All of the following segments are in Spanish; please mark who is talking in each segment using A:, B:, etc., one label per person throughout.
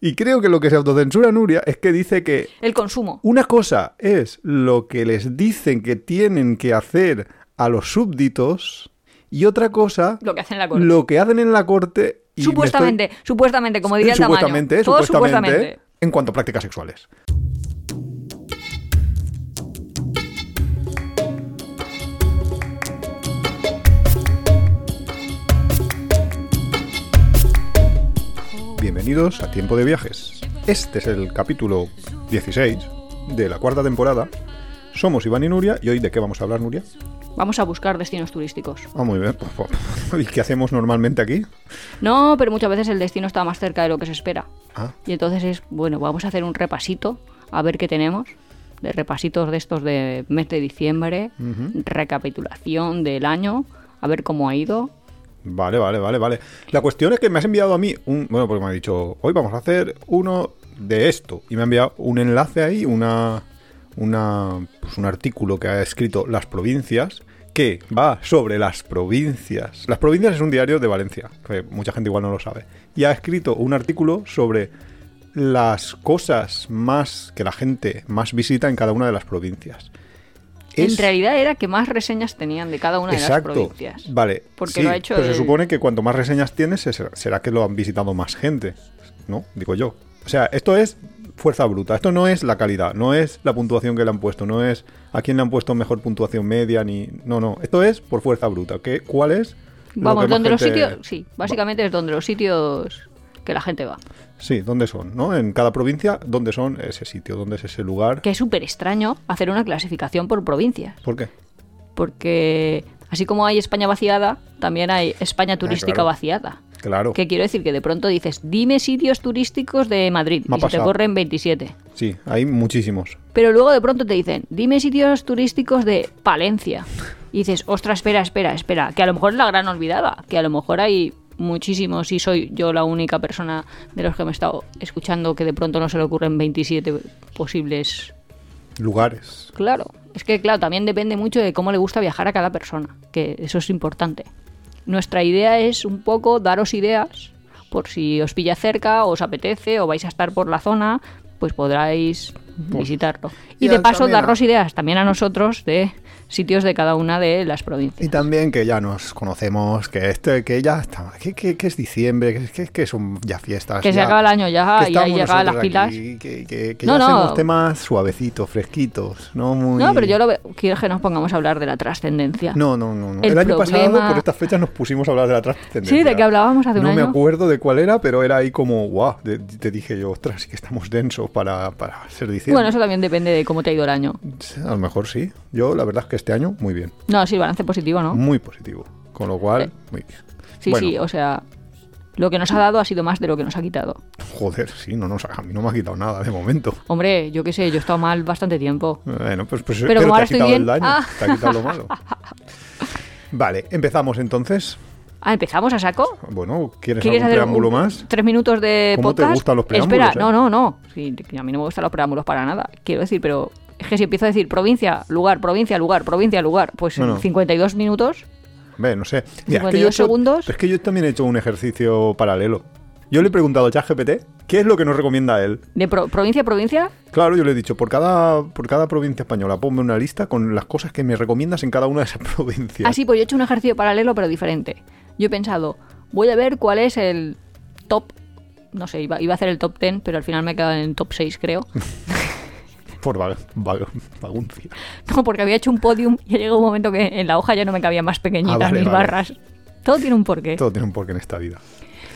A: Y creo que lo que se autocensura Nuria es que dice que
B: El consumo.
A: una cosa es lo que les dicen que tienen que hacer a los súbditos y otra cosa
B: Lo que hacen en la corte.
A: lo que hacen en la corte. y me estoy-
B: Supuestamente, supuestamente, como diría el tamaño.
A: supuestamente,
B: Todo
A: supuestamente,
B: supuestamente.
A: en cuanto a prácticas sexuales. Bienvenidos a Tiempo de Viajes. Este es el capítulo 16 de la cuarta temporada. Somos Iván y Nuria y hoy de qué vamos a hablar, Nuria?
B: Vamos a buscar destinos turísticos.
A: Ah, muy bien. ¿Y qué hacemos normalmente aquí?
B: No, pero muchas veces el destino está más cerca de lo que se espera.
A: Ah,
B: Y entonces es, bueno, vamos a hacer un repasito, a ver qué tenemos. De repasitos de estos de mes de diciembre, recapitulación del año, a ver cómo ha ido.
A: Vale, vale, vale, vale. La cuestión es que me has enviado a mí un. Bueno, porque me ha dicho, hoy vamos a hacer uno de esto. Y me ha enviado un enlace ahí, una. una pues un artículo que ha escrito Las Provincias, que va sobre las provincias. Las Provincias es un diario de Valencia, que mucha gente igual no lo sabe. Y ha escrito un artículo sobre las cosas más que la gente más visita en cada una de las provincias.
B: En realidad era que más reseñas tenían de cada una de
A: Exacto.
B: las provincias.
A: Vale.
B: Porque
A: sí,
B: lo ha hecho
A: Pero
B: el-
A: se supone que cuanto más reseñas tienes, se- será que lo han visitado más gente. ¿No? Digo yo. O sea, esto es fuerza bruta. Esto no es la calidad, no es la puntuación que le han puesto, no es a quién le han puesto mejor puntuación media, ni. No, no. Esto es por fuerza bruta. ¿Qué, ¿Cuál es? lo
B: Vamos,
A: que más
B: donde los
A: gente-
B: sitios. Sí, básicamente es donde los sitios que la gente va.
A: Sí, ¿dónde son? ¿No? En cada provincia, ¿dónde son ese sitio? ¿Dónde es ese lugar?
B: Que es súper extraño hacer una clasificación por provincias.
A: ¿Por qué?
B: Porque así como hay España vaciada, también hay España turística
A: Ah, claro.
B: vaciada.
A: Claro.
B: Que quiero decir que de pronto dices, dime sitios turísticos de Madrid.
A: Me ha
B: y se te
A: pasado.
B: corren 27.
A: Sí, hay muchísimos.
B: Pero luego de pronto te dicen, dime sitios turísticos de Palencia. Y dices, ostras, espera, espera, espera, que a lo mejor es la gran olvidada, que a lo mejor hay muchísimos y soy yo la única persona de los que me he estado escuchando que de pronto no se le ocurren 27 posibles.
A: Lugares.
B: Claro, es que claro, también depende mucho de cómo le gusta viajar a cada persona, que eso es importante. Nuestra idea es un poco daros ideas por si os pilla cerca, os apetece o vais a estar por la zona, pues podráis visitarlo. Y,
A: Pues, y
B: de
A: al-
B: paso
A: también a-
B: daros ideas también a nosotros de sitios de cada una de las
A: Y
B: provincias.
A: también que ya nos conocemos, que este, que ya está, que, que- que es diciembre, que, que, que son ya fiestas.
B: Que se
A: ya,
B: acaba el año ya,
A: que
B: y ya
A: estamos
B: llegan las
A: nosotros
B: pilas.
A: aquí, que que- que
B: No,
A: ya
B: no.
A: hacemos temas suavecitos, fresquitos, no muy...
B: No, pero yo lo veo. Quiero que nos pongamos a hablar de la trascendencia.
A: No, no, no. no.
B: El
A: El, año
B: problema-
A: pasado, por estas fechas, nos pusimos a hablar de la trascendencia.
B: Sí, de que hablábamos hace un
A: No
B: año.
A: me acuerdo de cuál era, pero era ahí como, guau, te, te dije yo, ostras, sí que estamos densos para, para ser diciembre.
B: Bueno, eso también depende de cómo te ha ido el año.
A: A lo mejor sí. Yo, la verdad es que este año, muy bien.
B: No, sí, balance positivo, ¿no?
A: Muy positivo. Con lo cual, muy bien.
B: Sí,
A: Bueno.
B: sí, o sea, lo que nos ha dado ha sido más de lo que nos ha quitado.
A: Joder, sí, no, no, a mí no me ha quitado nada de momento.
B: Hombre, yo qué sé, yo he estado mal bastante tiempo.
A: Bueno, pues, pues-
B: Pero
A: pero,
B: como
A: te
B: ahora
A: ha
B: estoy
A: quitado
B: bien.
A: el daño,
B: Ah.
A: te ha quitado lo malo. Vale, empezamos entonces.
B: Ah, empezamos a saco.
A: Bueno, ¿quieres,
B: ¿Quieres
A: algún
B: hacer
A: preámbulo
B: un-
A: más?
B: tres minutos de
A: ¿Cómo te
B: podcast?
A: gustan los
B: Espera,
A: preámbulos, eh?
B: no, no, no. Sí, que a mí no me gustan los preámbulos para nada. Quiero decir, pero es que si empiezo a decir provincia, lugar, provincia, lugar, provincia, lugar, pues en
A: Bueno.
B: 52 minutos.
A: Ve, no sé. es,
B: 52
A: he hecho-
B: segundos.
A: es que yo también he hecho un ejercicio paralelo. Yo le he preguntado a ChatGPT qué es lo que nos recomienda a él.
B: De pro- provincia a provincia,
A: Claro, yo le he dicho, por cada, por cada provincia española ponme una lista con las cosas que me recomiendas en cada una de esas provincias.
B: Ah, sí, pues yo he hecho un ejercicio paralelo pero diferente. Yo he pensado, voy a ver cuál es el top, no sé, iba, iba a hacer el top 10, pero al final me he quedado en el top 6 creo.
A: Por va- va- vaguncia.
B: No, porque había hecho un podium y ha llegado un momento que en la hoja ya no me cabían más pequeñitas
A: Ah, vale,
B: mis
A: vale.
B: barras. Todo tiene un porqué.
A: Todo tiene un porqué en esta vida.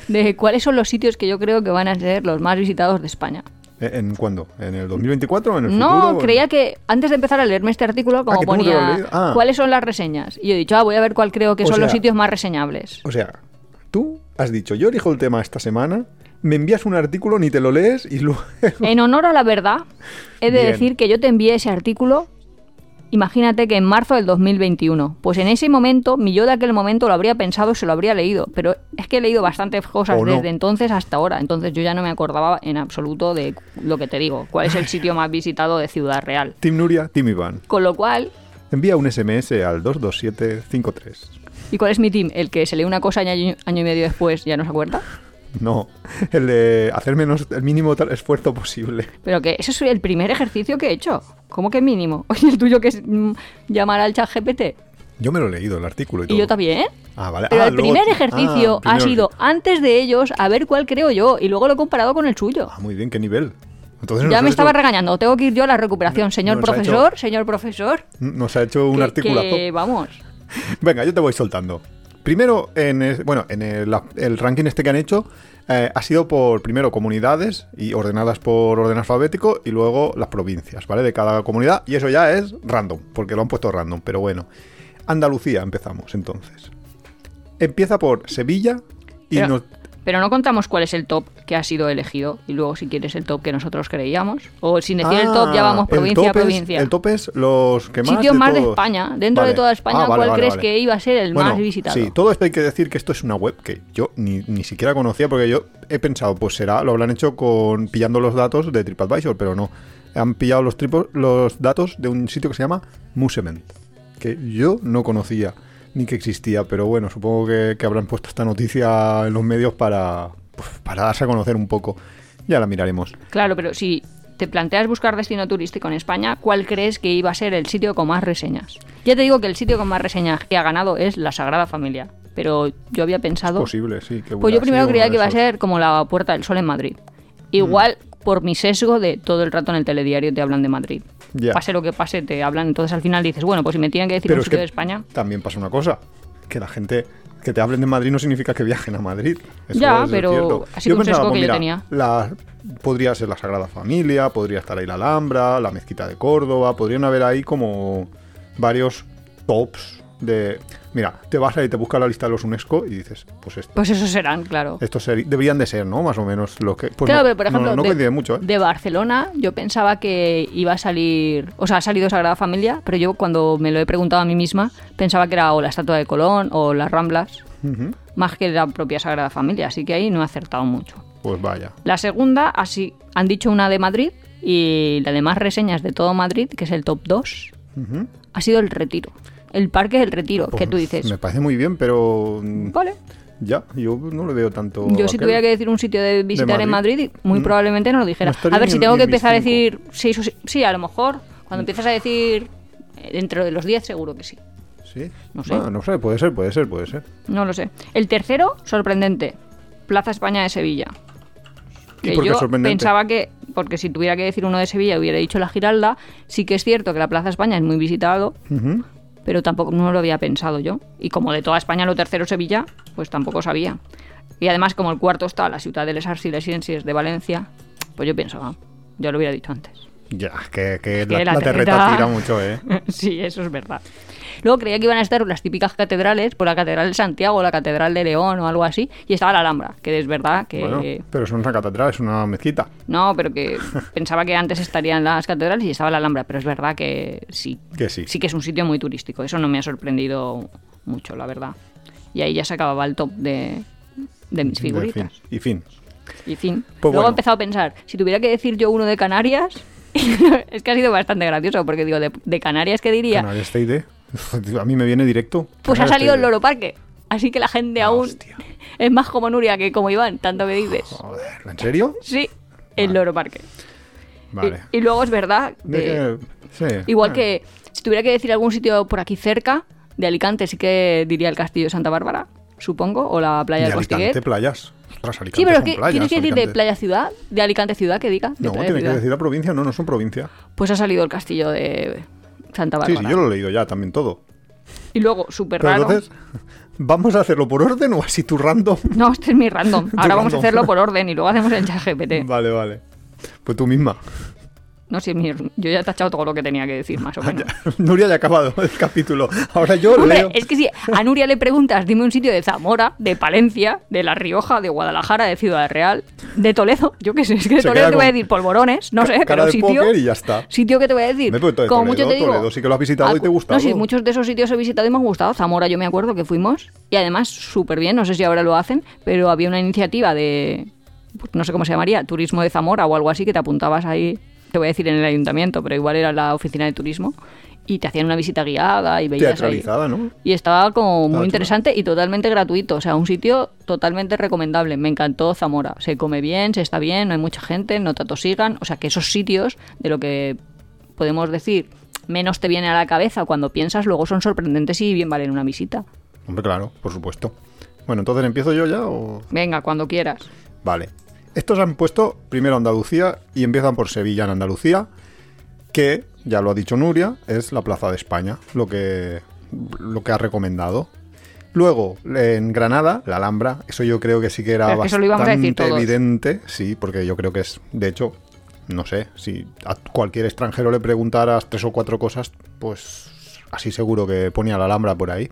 B: De cuáles son los sitios que yo creo que van a ser los más visitados de España.
A: ¿Eh, ¿En cuándo? ¿En el 2024? ¿En el futuro?
B: No,
A: ¿En-
B: creía que antes de empezar a leerme este artículo, como
A: que tú no te lo has
B: ponía
A: leído. Ah.
B: cuáles son las reseñas. Y yo he dicho, ah, voy a ver cuál creo que
A: O
B: son los
A: sea,
B: sitios más reseñables.
A: O sea, tú has dicho, yo elijo el tema esta semana, me envías un artículo, ni te lo lees y luego...
B: En honor a la verdad, he de
A: Bien.
B: decir que yo te envié ese artículo, imagínate que en marzo del 2021. Pues en ese momento, mi yo de aquel momento lo habría pensado y se lo habría leído. Pero es que he leído bastantes cosas
A: O no.
B: desde entonces hasta ahora. Entonces yo ya no me acordaba en absoluto de lo que te digo. ¿Cuál es el sitio más visitado de Ciudad Real?
A: Team Nuria, Team Iván.
B: Con lo cual,
A: Envía un SMS al 22753.
B: ¿y cuál es mi team? El que se lee una cosa y año, año y medio después ya no se acuerda.
A: No, el de hacer menos, el mínimo tal esfuerzo posible.
B: Pero que ese es el primer ejercicio que he hecho. ¿Cómo que mínimo? Oye, el tuyo que es mm, llamar al chat GPT.
A: Yo me lo he leído, el artículo y todo.
B: Y yo también.
A: Ah, vale.
B: Pero
A: Ah,
B: el
A: luego-
B: primer
A: ah,
B: ejercicio ha
A: primero-
B: sido antes de ellos a ver cuál creo yo y luego lo he comparado con el suyo.
A: Ah, muy bien, qué nivel. Entonces
B: ya
A: nos
B: me
A: ha
B: estaba
A: hecho-
B: regañando. Tengo que ir yo a la recuperación, señor
A: nos ha
B: profesor, señor profesor.
A: Nos ha hecho un
B: que-
A: artículo.
B: que vamos.
A: Venga, yo te voy soltando. Primero, en es- bueno, en el, la- el ranking este que han hecho eh, ha sido por primero comunidades y ordenadas por orden alfabético y luego las provincias, ¿vale? De cada comunidad y eso ya es random, porque lo han puesto random, pero bueno. Andalucía empezamos entonces. Empieza por Sevilla y
B: Pero,
A: nos-
B: pero no contamos cuál es el top que ha sido elegido y luego si quieres el top que nosotros creíamos o sin decir el top ya
A: Ah,
B: vamos
A: el
B: provincia a
A: top es-
B: provincia.
A: el top es los que más.
B: Sitios más de
A: todos.
B: España. Dentro
A: Vale.
B: de toda España,
A: Ah, vale,
B: ¿cuál
A: vale,
B: crees
A: vale.
B: que iba a ser el
A: Bueno,
B: más visitado?
A: Sí, todo esto hay que decir que esto es una web que yo ni, ni siquiera conocía porque yo he pensado, pues será, lo habrán hecho con pillando los datos de TripAdvisor, pero no. Han pillado los, tripo- los datos de un sitio que se llama Musement, que yo no conocía ni que existía, pero bueno, supongo que, que habrán puesto esta noticia en los medios para, pues, para darse a conocer un poco. Ya la miraremos.
B: Claro, pero si te planteas buscar destino turístico en España, ¿cuál crees que iba a ser el sitio con más reseñas? Ya te digo que el sitio con más reseñas que ha ganado es la Sagrada Familia, pero yo había pensado...
A: Posible, sí. que
B: Pues
A: hubiera
B: yo primero
A: sido
B: creía
A: uno
B: que
A: de
B: iba a
A: esos.
B: ser como la Puerta del Sol en Madrid. Igual por mi sesgo de todo el rato en el telediario te hablan de Madrid.
A: Ya.
B: Pase lo que pase, te hablan. Entonces al final dices, bueno, pues si me tienen que decir un
A: Pero es
B: sitio
A: que
B: de España.
A: también pasa una cosa, que la gente que te hablen de Madrid no significa que viajen a Madrid. Eso
B: Ya,
A: es
B: pero
A: cierto. pues
B: así que un sesgo que yo
A: mira,
B: tenía.
A: la- podría ser la Sagrada Familia, podría estar ahí la Alhambra, la Mezquita de Córdoba, podrían haber ahí como varios tops de... Mira, te vas ahí, te buscas la lista de los UNESCO y dices, pues esto.
B: Pues esos serán, claro.
A: Estos seri- deberían de ser, ¿no? Más o menos lo que... pues
B: claro,
A: no,
B: pero por
A: no,
B: ejemplo,
A: no
B: de,
A: coincide mucho, ¿eh?
B: de Barcelona yo pensaba que iba a salir, o sea, ha salido Sagrada Familia, pero yo cuando me lo he preguntado a mí misma pensaba que era o la Estatua de Colón o las Ramblas,
A: Ujú.
B: más que la propia Sagrada Familia, así que ahí no he acertado mucho.
A: Pues vaya.
B: La segunda, así, han dicho una de Madrid y la de más reseñas de todo Madrid, que es el top 2,
A: Ujú.
B: ha sido el Retiro. El Parque del Retiro, que tú
A: Pues
B: dices,
A: Me parece muy bien, pero... mm,
B: vale.
A: Ya, yo no le veo tanto...
B: Yo si
A: aquel.
B: tuviera que decir un sitio de visitar en
A: Madrid.
B: Madrid, muy probablemente no lo dijera.
A: No estaría
B: a ver,
A: ni
B: si
A: en-
B: tengo
A: ni
B: que
A: en mis
B: empezar a
A: cinco.
B: decir seis o si- Sí, a lo mejor, cuando empiezas a decir eh, dentro de los 10, seguro que sí.
A: Sí. No
B: No sé.
A: sé. no sé, puede ser, puede ser, puede ser.
B: No lo sé. El tercero, sorprendente, Plaza España de Sevilla.
A: ¿Y
B: Que
A: por qué
B: yo
A: sorprendente?
B: pensaba que, porque si tuviera que decir uno de Sevilla, hubiera dicho la Giralda. Sí que es cierto que la Plaza España es muy visitado,
A: Ujú.
B: pero tampoco no lo había pensado yo. Y como de toda España lo tercero es Sevilla, pues tampoco sabía. Y además, como el cuarto está la ciudad de les Arts Silesienses de Valencia, pues yo pensaba, yo lo hubiera dicho antes.
A: Ya, es que, que
B: que
A: la,
B: la
A: la terreta
B: terreta-
A: tira mucho, ¿eh?
B: sí, eso es verdad. Luego creía que iban a estar las típicas catedrales, por la Catedral de Santiago, la Catedral de León o algo así, y estaba la Alhambra, que es verdad que...
A: Bueno, pero es una catedral, es una mezquita.
B: No, pero que pensaba que antes estarían las catedrales y estaba la Alhambra, pero es verdad que sí.
A: Que sí.
B: Sí que es un sitio muy turístico, eso no me ha sorprendido mucho, la verdad. Y ahí ya se acababa el top de, de mis
A: En
B: figuritas.
A: fin, Y fin.
B: Y fin.
A: Pues
B: Luego he
A: bueno.
B: empezado a pensar, si tuviera que decir yo uno de Canarias, es que ha sido bastante gracioso, porque digo, de, de Canarias, ¿qué diría?
A: Canal State, ¿eh? A mí me viene directo.
B: Pues ha
A: Canal
B: salido el
A: State.
B: Loro Parque. Así que la gente
A: Ah,
B: aún
A: hostia.
B: es más como Nuria que como Iván, tanto me dices.
A: Joder, ¿en serio?
B: Sí, el Loro Parque. Y-
A: Vale.
B: Y, luego es verdad
A: De
B: que-
A: que- sí.
B: Igual
A: Ah,
B: que si tuviera que decir algún sitio por aquí cerca de Alicante, sí que diría el Castillo de Santa Bárbara, supongo, o la playa
A: Y
B: del
A: Alicante,
B: Costiguet.
A: playas. Ostras, Alicante
B: Sí, pero es
A: son
B: que
A: playas,
B: tiene que decir de
A: Alicante.
B: playa ciudad, de Alicante ciudad, que diga. de
A: No,
B: playa
A: tiene que
B: ciudad.
A: decir la provincia, no, no son provincia.
B: Pues ha salido el Castillo de Santa
A: Sí,
B: Bárbara.
A: sí, yo lo he leído ya también todo.
B: Y luego, súper
A: Pero
B: raro.
A: entonces, ¿vamos a hacerlo por orden o así tú random?
B: No, este es mi random.
A: Tu
B: Ahora vamos a
A: random.
B: hacerlo por orden y luego hacemos el chat GPT.
A: Vale, vale. Pues tú misma.
B: No sé, mi- yo ya he tachado todo lo que tenía que decir, más o menos.
A: Nuria ya ha acabado el capítulo. Ahora yo
B: Hombre,
A: leo.
B: es que si a Nuria le preguntas, dime un sitio de Zamora, de Palencia, de La Rioja, de Guadalajara, de Ciudad Real, de Toledo, yo qué sé, es que de
A: Se
B: Toledo
A: queda
B: te voy a
A: con
B: decir polvorones, no
A: ca-
B: sé,
A: cara
B: pero
A: de
B: sitio.
A: póker y ya está.
B: Sitio que te voy a decir.
A: No, pero Toledo-
B: como mucho te
A: Toledo-
B: digo,
A: Toledo sí que lo has visitado
B: ah,
A: y te ha
B: No,
A: gustado.
B: sí, muchos de esos sitios he visitado y me han gustado. Zamora, yo me acuerdo que fuimos y además súper bien, no sé si ahora lo hacen, pero había una iniciativa de, pues, no sé cómo se llamaría, Turismo de Zamora o algo así, que te apuntabas ahí, te voy a decir en el ayuntamiento, pero igual era la oficina de turismo. y te hacían una visita guiada y veías ahí.
A: Teatralizada, ¿no?
B: Y estaba como muy
A: chulo.
B: interesante y totalmente gratuito. O sea, un sitio totalmente recomendable. Me encantó Zamora. Se come bien, se está bien, no hay mucha gente, no te atosigan. O sea, que esos sitios, de lo que podemos decir, menos te viene a la cabeza cuando piensas, luego son sorprendentes y bien valen una visita.
A: Hombre, claro, por supuesto. Bueno, entonces empiezo yo ya o...
B: Venga, cuando quieras.
A: Vale. Estos han puesto primero Andalucía y empiezan por Sevilla en Andalucía, que, ya lo ha dicho Nuria, es la Plaza de España, lo que, lo que ha recomendado. Luego, en Granada, la Alhambra, eso yo creo que sí que era
B: Pero es que eso lo íbamos a decir
A: bastante
B: todos.
A: evidente, sí, porque yo creo que es, de hecho, no sé, si a cualquier extranjero le preguntaras tres o cuatro cosas, pues así seguro que ponía la Alhambra por ahí.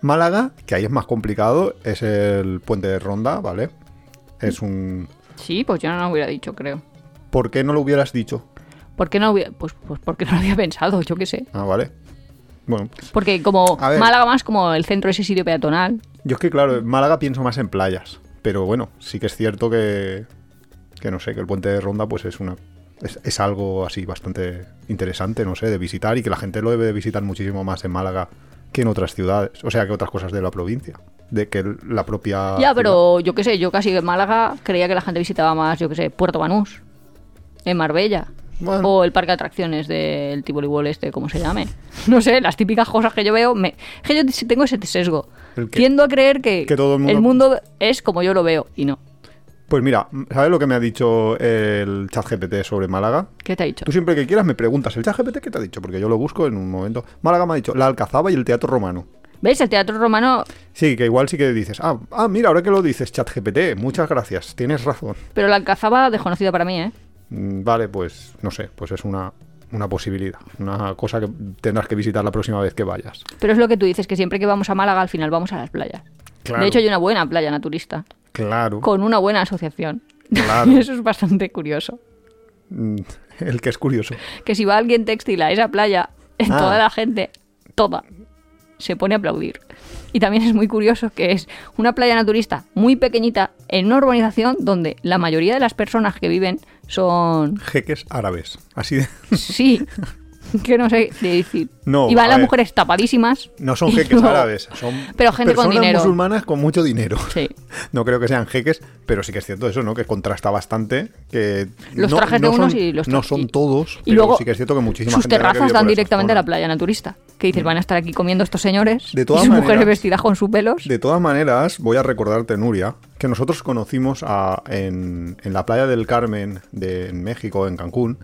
A: Málaga, que ahí es más complicado, es el puente de Ronda, ¿vale? Es un...
B: Sí, pues yo no lo hubiera dicho, creo.
A: ¿Por qué no lo hubieras dicho?
B: ¿Por qué no, hubiera- pues, pues porque no lo había pensado, yo qué sé.
A: Ah, vale. Bueno,
B: Porque como
A: A ver.
B: Málaga más como el centro ese sitio peatonal,
A: yo es que claro, en Málaga pienso más en playas, pero bueno, sí que es cierto que, que no sé, que el puente de Ronda pues es una... Es, es algo así bastante interesante, no sé, de visitar y que la gente lo debe de visitar muchísimo más en Málaga que en otras ciudades, o sea, que otras cosas de la provincia, de que la propia...
B: Ya, pero yo qué sé, yo casi en Málaga creía que la gente visitaba más, yo qué sé, Puerto Banús, en Marbella.
A: Bueno.
B: O el parque de atracciones del Tibolibol este, como se llame. No sé, las típicas cosas que yo veo, me... que yo tengo ese sesgo.
A: ¿El qué?
B: Tiendo a creer que,
A: Que todo el mundo-
B: es como yo lo veo y no.
A: Pues mira, ¿sabes lo que me ha dicho el chat GPT sobre Málaga?
B: ¿Qué te ha dicho?
A: Tú siempre que quieras me preguntas, ¿el chat GPT qué te ha dicho? Porque yo lo busco en un momento. Málaga me ha dicho, la Alcazaba y el Teatro Romano.
B: ¿Ves? El teatro romano,
A: Sí, que igual sí que dices, ah, ah, mira, ahora que lo dices, chat GPT, muchas gracias, tienes razón.
B: pero la alcazaba desconocida para mí, ¿eh?
A: Mm, Vale, pues no sé, pues es una, una posibilidad, una cosa que tendrás que visitar la próxima vez que vayas.
B: Pero es lo que tú dices, que siempre que vamos a Málaga al final vamos a las playas.
A: Claro.
B: De hecho hay una buena playa naturista,
A: Claro.
B: con una buena asociación.
A: Claro.
B: Eso es bastante curioso.
A: Mm, El que es curioso.
B: que si va alguien textil a esa playa,
A: Ah.
B: toda la gente, toda, se pone a aplaudir. Y también es muy curioso que es una playa naturista muy pequeñita en una urbanización donde la mayoría de las personas que viven son...
A: Jeques árabes. Así de...
B: Sí, que no sé de decir.
A: No,
B: y van
A: a
B: las
A: ver.
B: mujeres tapadísimas.
A: No son
B: y
A: jeques
B: luego-
A: árabes, son
B: Pero gente con
A: personas
B: dinero.
A: musulmanas con mucho dinero.
B: Sí.
A: No creo que sean jeques, pero sí que es cierto eso, ¿no? Que contrasta bastante. Que
B: Los
A: no-
B: trajes
A: no
B: de unos
A: son-
B: y los
A: No
B: tra-
A: son
B: y-
A: todos,
B: Y
A: pero
B: luego
A: sí que es cierto que muchísima
B: sus
A: gente habrá que
B: terrazas
A: vive
B: dan
A: por esas
B: directamente a la
A: zonas.
B: playa naturista. Que dices, van a estar aquí comiendo estos señores.
A: De todas
B: y sus mujeres
A: maneras-
B: vestidas con sus pelos.
A: De todas maneras, voy a recordarte, Nuria, que nosotros conocimos a, en, en la playa del Carmen de en México, en Cancún,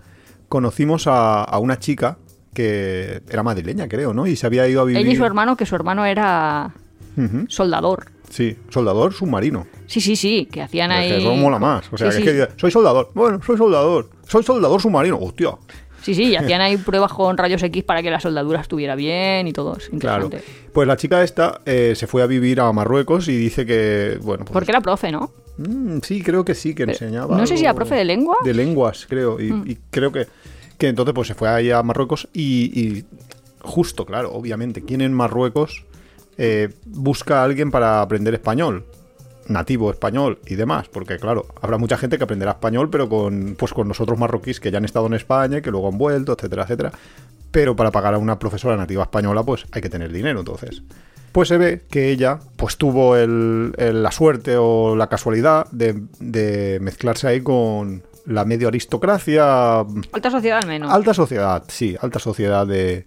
A: conocimos a, a una chica que era madrileña, creo, ¿no? Y se había ido a vivir...
B: Ella y su hermano, que su hermano era
A: Ujú,
B: soldador.
A: Sí, soldador submarino.
B: Sí, sí, sí, que hacían
A: Es que
B: ahí.
A: eso mola más. O sea, que es
B: sí, sí.
A: que dice, soy soldador. Bueno, soy soldador. Soy soldador submarino. Hostia.
B: Sí, sí, y hacían ahí pruebas con rayos X para que la soldadura estuviera bien y todo. Es
A: Claro.
B: interesante.
A: Pues la chica esta eh, se fue a vivir a Marruecos y dice que, bueno, pues,
B: Porque era profe, ¿no?
A: mm, sí, creo que sí, que enseñaba.
B: no sé si
A: algo
B: era profe de lengua.
A: De lenguas, creo. Y, y creo que, que entonces pues se fue ahí a Marruecos y, y justo, claro, obviamente, ¿quién en Marruecos eh, busca a alguien para aprender español? nativo español y demás, porque claro, habrá mucha gente que aprenderá español, pero con pues con nosotros marroquíes que ya han estado en España y que luego han vuelto, etcétera, etcétera. Pero para pagar a una profesora nativa española, pues hay que tener dinero, entonces. Pues se ve que ella, pues tuvo el- el- la suerte o la casualidad de, de mezclarse ahí con la medio aristocracia
B: Alta sociedad al menos.
A: Alta sociedad, sí, alta sociedad de,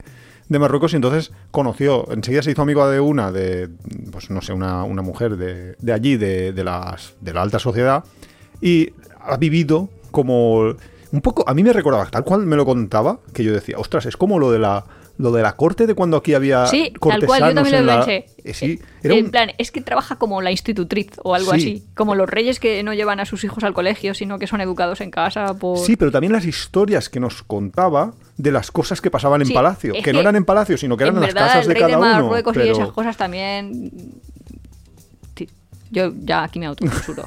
A: de Marruecos. Y entonces conoció, enseguida se hizo amigo de una, de, pues no sé, una, una mujer de, de allí, de, de las, de la alta sociedad. Y ha vivido como. Un poco, a mí me recordaba, tal cual me lo contaba, que yo decía, ostras, es como lo de la. Lo de la corte de cuando aquí había
B: sí, tal cual, yo
A: cortesanos
B: también
A: en
B: lo
A: la-
B: pensé.
A: Eh, sí,
B: Eh,
A: era
B: en
A: un-
B: plan, es que trabaja como la institutriz o algo
A: Sí.
B: así. Como los reyes que no llevan a sus hijos al colegio, sino que son educados en casa por.
A: Sí, pero también las historias que nos contaba de las cosas que pasaban en
B: Sí,
A: palacio,
B: es
A: que, no
B: que
A: eran en palacio, sino que eran
B: en
A: en las
B: verdad,
A: casas
B: el
A: de
B: rey
A: cada
B: de
A: uno.
B: Marruecos y
A: pero-
B: esas cosas también. Sí, Yo ya aquí me autocensuro.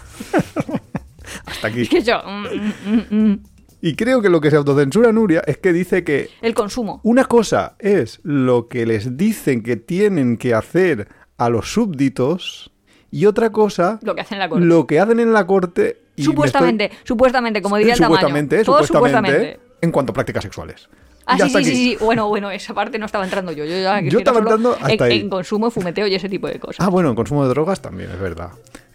A: hasta aquí.
B: es que yo. mm, mm, mm, mm.
A: Y creo que lo que se autocensura Nuria es que dice que
B: El consumo.
A: una cosa es lo que les dicen que tienen que hacer a los súbditos y otra cosa
B: Lo que hacen en la corte.
A: lo que hacen en la corte. y me estoy-
B: Supuestamente, supuestamente, como diría el tamaño.
A: supuestamente,
B: Todo
A: supuestamente,
B: supuestamente.
A: en cuanto a prácticas sexuales.
B: Ah,
A: ya
B: sí,
A: está
B: sí, sí,
A: aquí.
B: sí. Bueno, bueno, esa parte no estaba entrando yo. Yo, ya, que
A: Yo
B: si no
A: estaba
B: solo
A: entrando hasta
B: en,
A: ahí.
B: en consumo, fumeteo y ese tipo de cosas.
A: Ah, bueno, en consumo de drogas también, es verdad.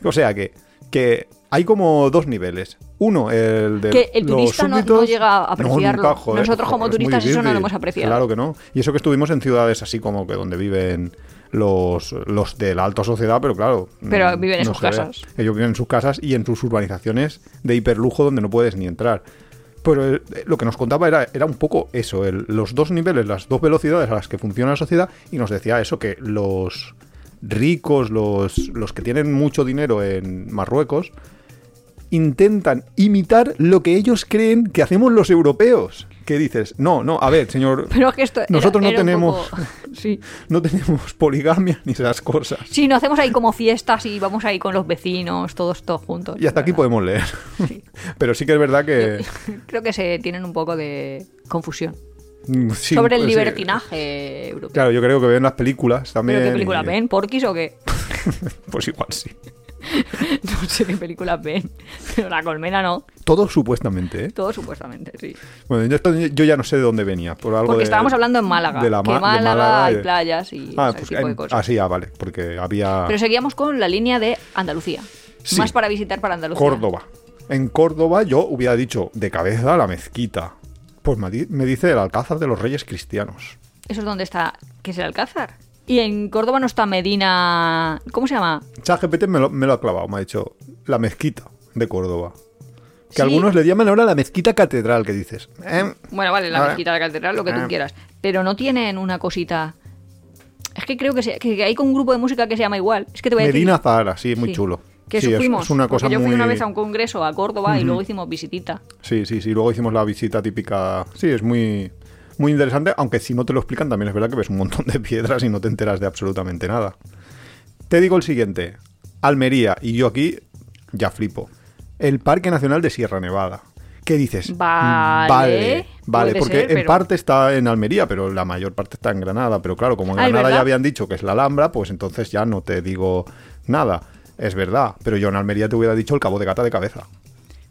A: O sea que, que hay como dos niveles. Uno, el de
B: Que el
A: los
B: turista no-
A: súbditos-
B: no llega a apreciarlo.
A: nunca, joder,
B: Nosotros como
A: es muy
B: turistas eso no lo
A: difícil.
B: hemos apreciado.
A: Claro que no. Y eso que estuvimos en ciudades así como que donde viven los, los de la alta sociedad, pero claro.
B: Pero
A: mm,
B: viven en sus
A: se ve.
B: casas.
A: Ellos viven en sus casas y en sus urbanizaciones de hiperlujo donde no puedes ni entrar. Pero eh, lo que nos contaba era, era un poco eso, el- los dos niveles, las dos velocidades a las que funciona la sociedad y nos decía eso, que los ricos, los, los que tienen mucho dinero en Marruecos, intentan imitar lo que ellos creen que hacemos los europeos. ¿Qué dices? No, no, a ver, señor,
B: Pero es que esto. era-
A: Nosotros no
B: era un
A: tenemos-
B: poco- Sí.
A: no tenemos poligamia ni esas cosas.
B: Sí, nos hacemos ahí como fiestas y vamos ahí con los vecinos, todos, todos juntos.
A: Y hasta aquí
B: ¿verdad?
A: podemos leer. Pero sí que es verdad que...
B: Creo que se tienen un poco de confusión
A: sí,
B: sobre el
A: pues, sí.
B: libertinaje europeo.
A: Claro, yo creo que ven las películas también. eh,
B: ¿Pero qué películas
A: y-
B: ven? ¿Porquis o qué?
A: Pues igual sí.
B: No sé qué películas ven. Pero la colmena no.
A: Todo supuestamente, ¿eh?
B: Todo supuestamente, sí.
A: Bueno, yo, esto- yo ya no sé de dónde venía. Por algo
B: Porque
A: de-
B: estábamos hablando en Málaga.
A: de la
B: que
A: ma- de
B: Málaga,
A: Málaga
B: hay
A: y de-
B: playas y
A: Ah,
B: ese
A: pues,
B: tipo de
A: en-
B: cosas.
A: ah, sí, ah, vale, porque había
B: Pero seguíamos con la línea de Andalucía.
A: Sí.
B: Más para visitar para Andalucía.
A: Córdoba. En Córdoba yo hubiera dicho de cabeza la mezquita. Pues me, di- me dice el Alcázar de los Reyes Cristianos.
B: Eso es donde está, que es el Alcázar. Y en Córdoba no está Medina... ¿Cómo se llama?
A: ChatGPT me lo, me lo ha clavado, me ha dicho la mezquita de Córdoba. Que
B: Sí.
A: algunos le llaman ahora la mezquita catedral, que dices. em,
B: Bueno, vale, la
A: Ahora-
B: mezquita de la catedral, lo que
A: Ah.
B: tú quieras. Pero no tienen una cosita... Es que creo que, se- que hay con un grupo de música que se llama igual. Es que te voy a decir-
A: Medina Zahara, sí, es muy
B: Sí.
A: chulo.
B: Que
A: Sí,
B: eso
A: es-
B: fuimos.
A: es una cosa
B: porque yo fui
A: muy...
B: una vez a un congreso a Córdoba y luego hicimos visitita.
A: Sí, sí, sí. Luego hicimos la visita típica. Sí, es muy, muy interesante, aunque si no te lo explican también es verdad que ves un montón de piedras y no te enteras de absolutamente nada. Te digo el siguiente. Almería, y yo aquí ya flipo. El Parque Nacional de Sierra Nevada. ¿Qué dices? Mm,
B: Vale,
A: Vale, vale,
B: puede
A: porque
B: ser,
A: en
B: pero-
A: parte está en Almería, pero la mayor parte está en Granada. Pero claro, como en
B: Ah, ¿es
A: Granada ya
B: verdad?
A: habían dicho que es la Alhambra, pues entonces ya no te digo nada. Es verdad, pero yo en Almería te hubiera dicho el Cabo de Gata de cabeza.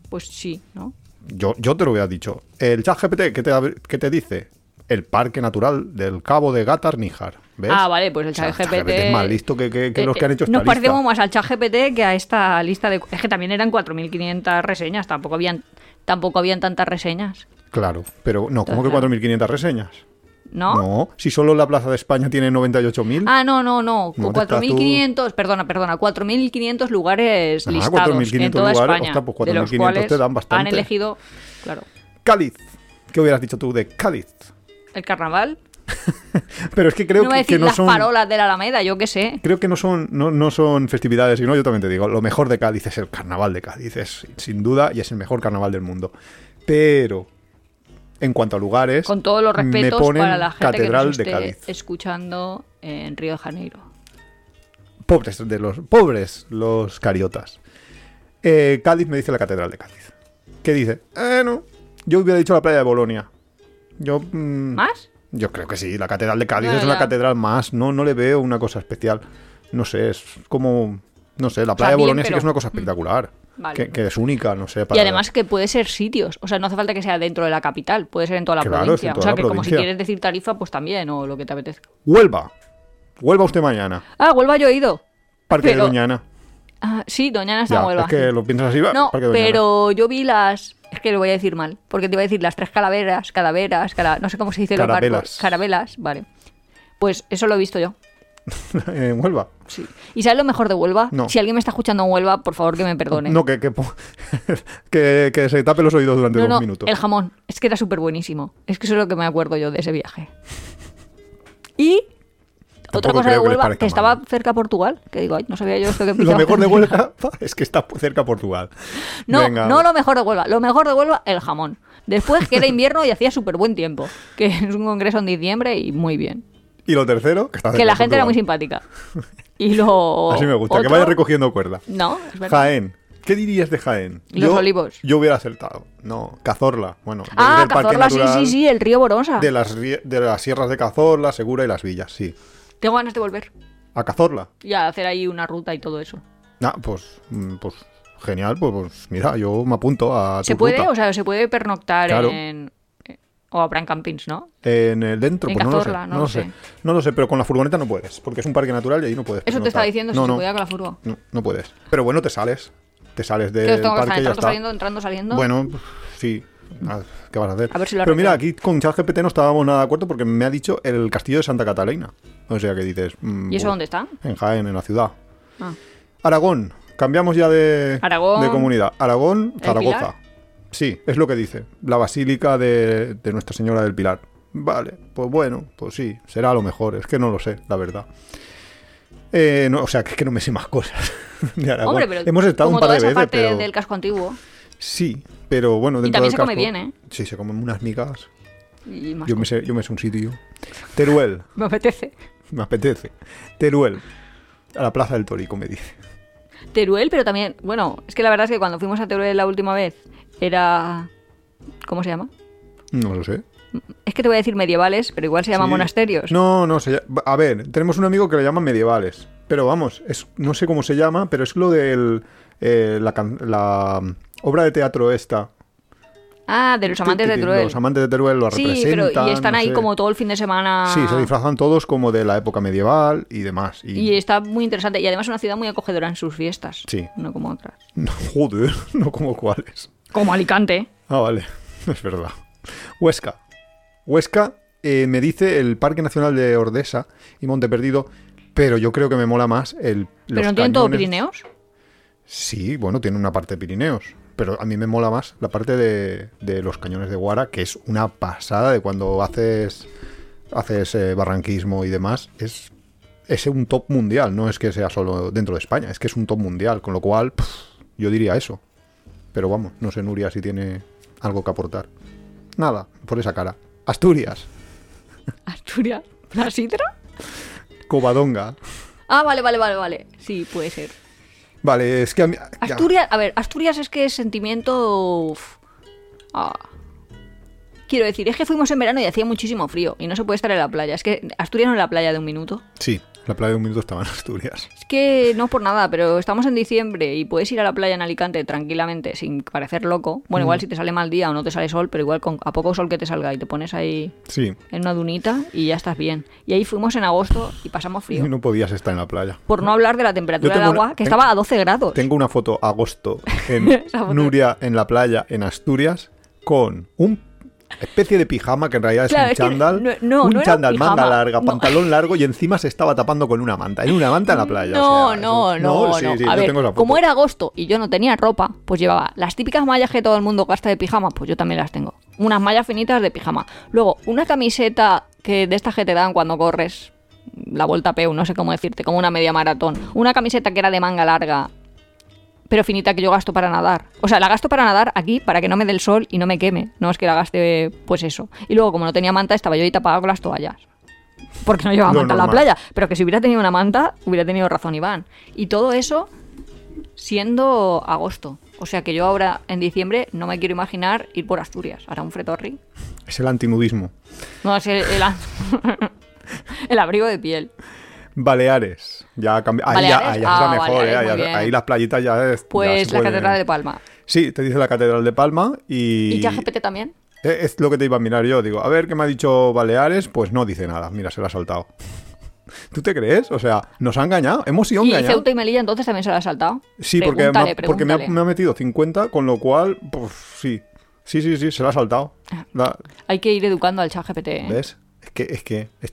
B: Pues sí, ¿no?
A: Yo, yo te lo hubiera dicho. El chat GPT, ¿qué te, ab- qué te dice? El parque natural del Cabo de Gata Níjar. ¿Ves?
B: Ah, vale, pues el chat
A: O sea,
B: GPT...
A: es más listo que, que- que
B: Eh,
A: los que han
B: eh,
A: hecho esta
B: Nos
A: lista.
B: parecemos más al chat GPT que a esta lista de... Es que también eran 4.500 reseñas, tampoco habían, tampoco habían tantas reseñas,
A: Claro, pero no, ¿cómo que 4.500 reseñas?
B: ¿no?
A: si solo la Plaza de España tiene 98.000.
B: Ah, no, no, no.
A: No,
B: Con
A: te estás
B: 4.500, perdona, perdona, 4.500 lugares
A: Ah,
B: listados
A: 4.500
B: en toda
A: lugares,
B: España.
A: ostras, pues
B: de los
A: 4.500
B: cuales
A: te dan bastante.
B: Han elegido, claro,
A: Cádiz. ¿Qué hubieras dicho tú de Cádiz?
B: el carnaval.
A: Pero es que creo
B: no voy a
A: que,
B: decir
A: que no
B: las
A: son...
B: farolas de la Alameda, yo qué sé.
A: Creo que no son, no, no son festividades, sino yo también te digo, lo mejor de Cádiz es el carnaval de Cádiz, es sin duda, y es el mejor carnaval del mundo. Pero, en cuanto a lugares,
B: Con todos los
A: me
B: respetos
A: ponen
B: para la gente
A: Catedral
B: que
A: de
B: nos esté
A: Cádiz.
B: escuchando en Río de Janeiro.
A: Pobres de los pobres los cariotas. Eh, Cádiz me dice la Catedral de Cádiz. ¿Qué dice? Eh, no. Yo hubiera dicho la playa de Bolonia. Yo. mm,
B: ¿Más?
A: Yo creo que sí, la Catedral de Cádiz
B: Ya,
A: es una
B: ya.
A: catedral más, no, no le veo una cosa especial. No sé, es como. No sé, la
B: sea,
A: playa de
B: bien,
A: Bolonia sí que
B: pero- mm.
A: es una cosa espectacular.
B: Vale.
A: Que, que es única, no sé.
B: Y
A: para-
B: además que puede ser sitios, o sea, no hace falta que sea dentro de la capital, puede ser en toda la
A: Claro, es en
B: provincia.
A: toda
B: o sea,
A: la
B: que como si
A: provincia.
B: quieres decir tarifa, pues también, o lo que te apetezca.
A: Huelva. Huelva usted mañana.
B: Ah, Huelva yo he ido.
A: Parque
B: Pero-
A: de Doñana.
B: Ah, sí, Doñana está en
A: Ya,
B: Huelva.
A: es que lo Ah, piensas así, va.
B: No,
A: Parque de Doñana.
B: pero yo vi las... Es que lo voy a decir mal, porque te iba a decir las tres calaveras, calaveras, cala- no sé cómo se dice los
A: Carabelas.
B: barcos. Carabelas, vale. Pues eso lo he visto yo.
A: en Huelva.
B: Sí. ¿Y sabes lo mejor de Huelva?
A: No.
B: Si alguien me está escuchando en Huelva, por favor que me perdone.
A: No, que, que, po- que- que se tape los oídos durante
B: No,
A: dos
B: no,
A: minutos.
B: el jamón. Es que era súper buenísimo. Es que eso es lo que me acuerdo yo de ese viaje. Y otra cosa de
A: creo que les
B: Huelva, que,
A: parezca mal.
B: estaba cerca a Portugal, que digo, ay, no sabía yo esto que
A: Lo
B: pillaba
A: mejor de
B: tan cerca.
A: Huelva es que está cerca Portugal.
B: No,
A: Venga.
B: no lo mejor de Huelva. Lo mejor de Huelva, el jamón. Después que era invierno y hacía súper buen tiempo. Que es un congreso en diciembre y muy bien.
A: Y lo tercero, que, está
B: Que
A: cerca
B: la gente era muy
A: Portugal.
B: simpática. Y lo.
A: Así me gusta, que
B: otro-
A: vaya recogiendo cuerda.
B: No, es verdad.
A: Jaén. ¿Qué dirías de Jaén?
B: Los olivos.
A: Yo hubiera acertado. No, Cazorla. Bueno, del-
B: Ah,
A: del Parque
B: Cazorla, sí,
A: Natural,
B: sí, sí, el río Boronsa.
A: De las, rie- de las sierras de Cazorla, Segura y las villas, sí.
B: Tengo ganas de volver
A: A Cazorla.
B: y a hacer ahí una ruta y todo eso.
A: Ah, pues, mm, pues genial, pues, pues, mira, yo me apunto a.
B: ¿Se
A: tu
B: puede?
A: ruta.
B: O sea, ¿se puede pernoctar
A: Claro.
B: en, O habrán campings, ¿no?
A: En el dentro,
B: En
A: pues no lo sé.
B: Cazorla,
A: No lo sé. No lo sé, pero con la furgoneta no puedes, porque es un parque natural y ahí no puedes. pues
B: Eso
A: no
B: te estaba
A: tal.
B: diciendo,
A: no,
B: si se
A: no, Eh,
B: podía con la furgo.
A: no, no puedes. Pero bueno, te sales. Te sales del
B: Entonces tengo que
A: parque
B: estar
A: y ya
B: entrando,
A: está.
B: saliendo, entrando, saliendo.
A: Bueno, sí. Ah, ¿Qué vas a hacer?
B: A ver si lo
A: Pero mira,
B: arreglan.
A: aquí con ChatGPT no estábamos nada de acuerdo porque me ha dicho el castillo de Santa Catalina. O sea que dices. mm,
B: ¿Y eso
A: bu-
B: dónde está?
A: En Jaén, en la ciudad.
B: Ah.
A: Aragón. Cambiamos ya de,
B: Aragón.
A: de comunidad. Aragón,
B: ¿El
A: Zaragoza.
B: Pilar?
A: Sí, es lo que dice. La basílica de, de Nuestra Señora del Pilar. Vale, pues bueno, pues sí, será lo mejor. Es que no lo sé, la verdad. Eh, no, o sea, que es que no me sé más cosas de Aragón.
B: Hombre, pero
A: Hemos estado
B: como
A: un par
B: toda
A: de
B: esa
A: veces,
B: parte
A: pero...
B: del casco antiguo
A: Sí, pero bueno, dentro
B: también
A: del
B: se come
A: casco-
B: bien, ¿eh?
A: Sí, se comen unas migas.
B: y más
A: Yo me,
B: cosas.
A: sé, yo me sé un sitio. Teruel,
B: me apetece.
A: me apetece. Teruel, a la Plaza del Torico, me dice.
B: Teruel, pero también, bueno, es que la verdad es que cuando fuimos a Teruel la última vez era ¿cómo se llama?
A: No lo sé.
B: Es que te voy a decir medievales, pero igual se llama
A: Sí.
B: monasterios.
A: No, no, se ll- a ver, tenemos un amigo que le llaman medievales. Pero vamos, es, no sé cómo se llama, pero es lo del. eh, la, can- la mm, obra de teatro esta.
B: Ah, de los amantes de
A: Ti, ti, ti,
B: Teruel.
A: Este Los amantes de Teruel lo
B: sí,
A: representan.
B: pero y están
A: no
B: ahí
A: sé.
B: como todo el fin de semana.
A: Sí, se disfrazan todos como de la época medieval y demás.
B: Y está muy interesante. Y además es una ciudad muy acogedora en sus fiestas.
A: Sí.
B: No como otras.
A: No, joder, no como cuáles.
B: Como Alicante.
A: Ah, vale, es verdad. Huesca. Huesca eh, me dice el Parque Nacional de Ordesa y Monte Perdido, pero yo creo que me mola más el. los
B: pero no tienen todo
A: cañones.
B: Pirineos.
A: Sí, bueno, tiene una parte de Pirineos. Pero a mí me mola más la parte de, de los cañones de Guara, que es una pasada de cuando haces, haces eh, barranquismo y demás. Es, es un top mundial, no es que sea solo dentro de España, es que es un top mundial, con lo cual pf, yo diría eso. Pero vamos, no sé Nuria si tiene algo que aportar. Nada, por esa cara. Asturias,
B: Asturias. ¿La sidra?
A: Covadonga.
B: Ah, vale, vale, vale, vale. Sí, puede ser.
A: Vale, es que a mí... ya.
B: Asturias, a ver, Asturias es que es sentimiento. uf. Ah. Quiero decir, es que fuimos en verano y hacía muchísimo frío y no se puede estar en la playa. Es que Asturias no es la playa de un minuto.
A: Sí, la playa de un minuto estaba en Asturias.
B: Es que no es por nada, pero estamos en diciembre y puedes ir a la playa en Alicante tranquilamente sin parecer loco. Bueno,
A: Mm.
B: igual si te sale mal día o no te sale sol, pero igual con a poco sol que te salga y te pones ahí
A: Sí,
B: en una dunita y ya estás bien. Y ahí fuimos en agosto y pasamos
A: y
B: frío.
A: no podías estar en la playa.
B: Por no hablar de la temperatura
A: Yo
B: del
A: tengo
B: agua,
A: una-
B: que
A: tengo-
B: estaba a 12 grados.
A: Tengo una foto agosto en
B: Esa foto.
A: Nuria en la playa en Asturias con un especie de pijama que en realidad es
B: Claro,
A: un
B: es que
A: chándal,
B: no- no,
A: un
B: no era un
A: chándal manga
B: pijama,
A: larga,
B: no.
A: pantalón largo y encima se estaba tapando con una manta. En una manta en la playa.
B: No,
A: o sea,
B: no,
A: eso-
B: no,
A: sí,
B: no.
A: sí,
B: a
A: yo
B: ver,
A: tengo esa foto.
B: como era agosto y yo no tenía ropa, pues llevaba las típicas mallas que todo el mundo gasta de pijama, pues yo también las tengo. Unas mallas finitas de pijama. Luego, una camiseta que de estas que te dan cuando corres la vuelta PEU, no sé cómo decirte, como una media maratón. Una camiseta que era de manga larga, pero finita que yo gasto para nadar. O sea, la gasto para nadar aquí para que no me dé el sol y no me queme. No es que la gaste, pues eso. Y luego, como no tenía manta, estaba yo ahí tapada con las toallas. Porque no llevaba
A: Lo
B: manta a la
A: normal.
B: playa. Pero que si hubiera tenido una manta, hubiera tenido razón Iván. Y todo eso siendo agosto. O sea que yo ahora en diciembre no me quiero imaginar ir por Asturias. Hará un fretorri.
A: Es el antinudismo.
B: No, es el, el, el abrigo de piel.
A: Baleares. Ya cambia. Ahí, ya-
B: Baleares,
A: ahí ya es la
B: ah,
A: mejor,
B: Baleares,
A: eh, ahí
B: muy
A: ya-
B: bien.
A: ahí las playitas ya es. ya
B: Pues
A: se
B: la
A: pueden-
B: Catedral de Palma.
A: Sí, te dice la Catedral de Palma y.
B: ¿Y ChatGPT también?
A: Eh, Es lo que te iba a mirar yo. Digo, a ver qué me ha dicho Baleares. Pues no dice nada. Mira, se la ha saltado. ¿Tú te crees? O sea, nos ha engañado. Hemos sido
B: Y
A: engañados.
B: Ceuta y Melilla entonces también se la ha saltado.
A: Sí, porque, me ha,
B: Pregúntale,
A: porque me, ha,
B: pregúntale.
A: me ha metido 50, con lo cual, pues sí. Sí, sí, sí, se la ha saltado.
B: Ah,
A: La-
B: Hay que ir educando al ChatGPT. ¿eh?
A: ¿Ves? Es que, es que es-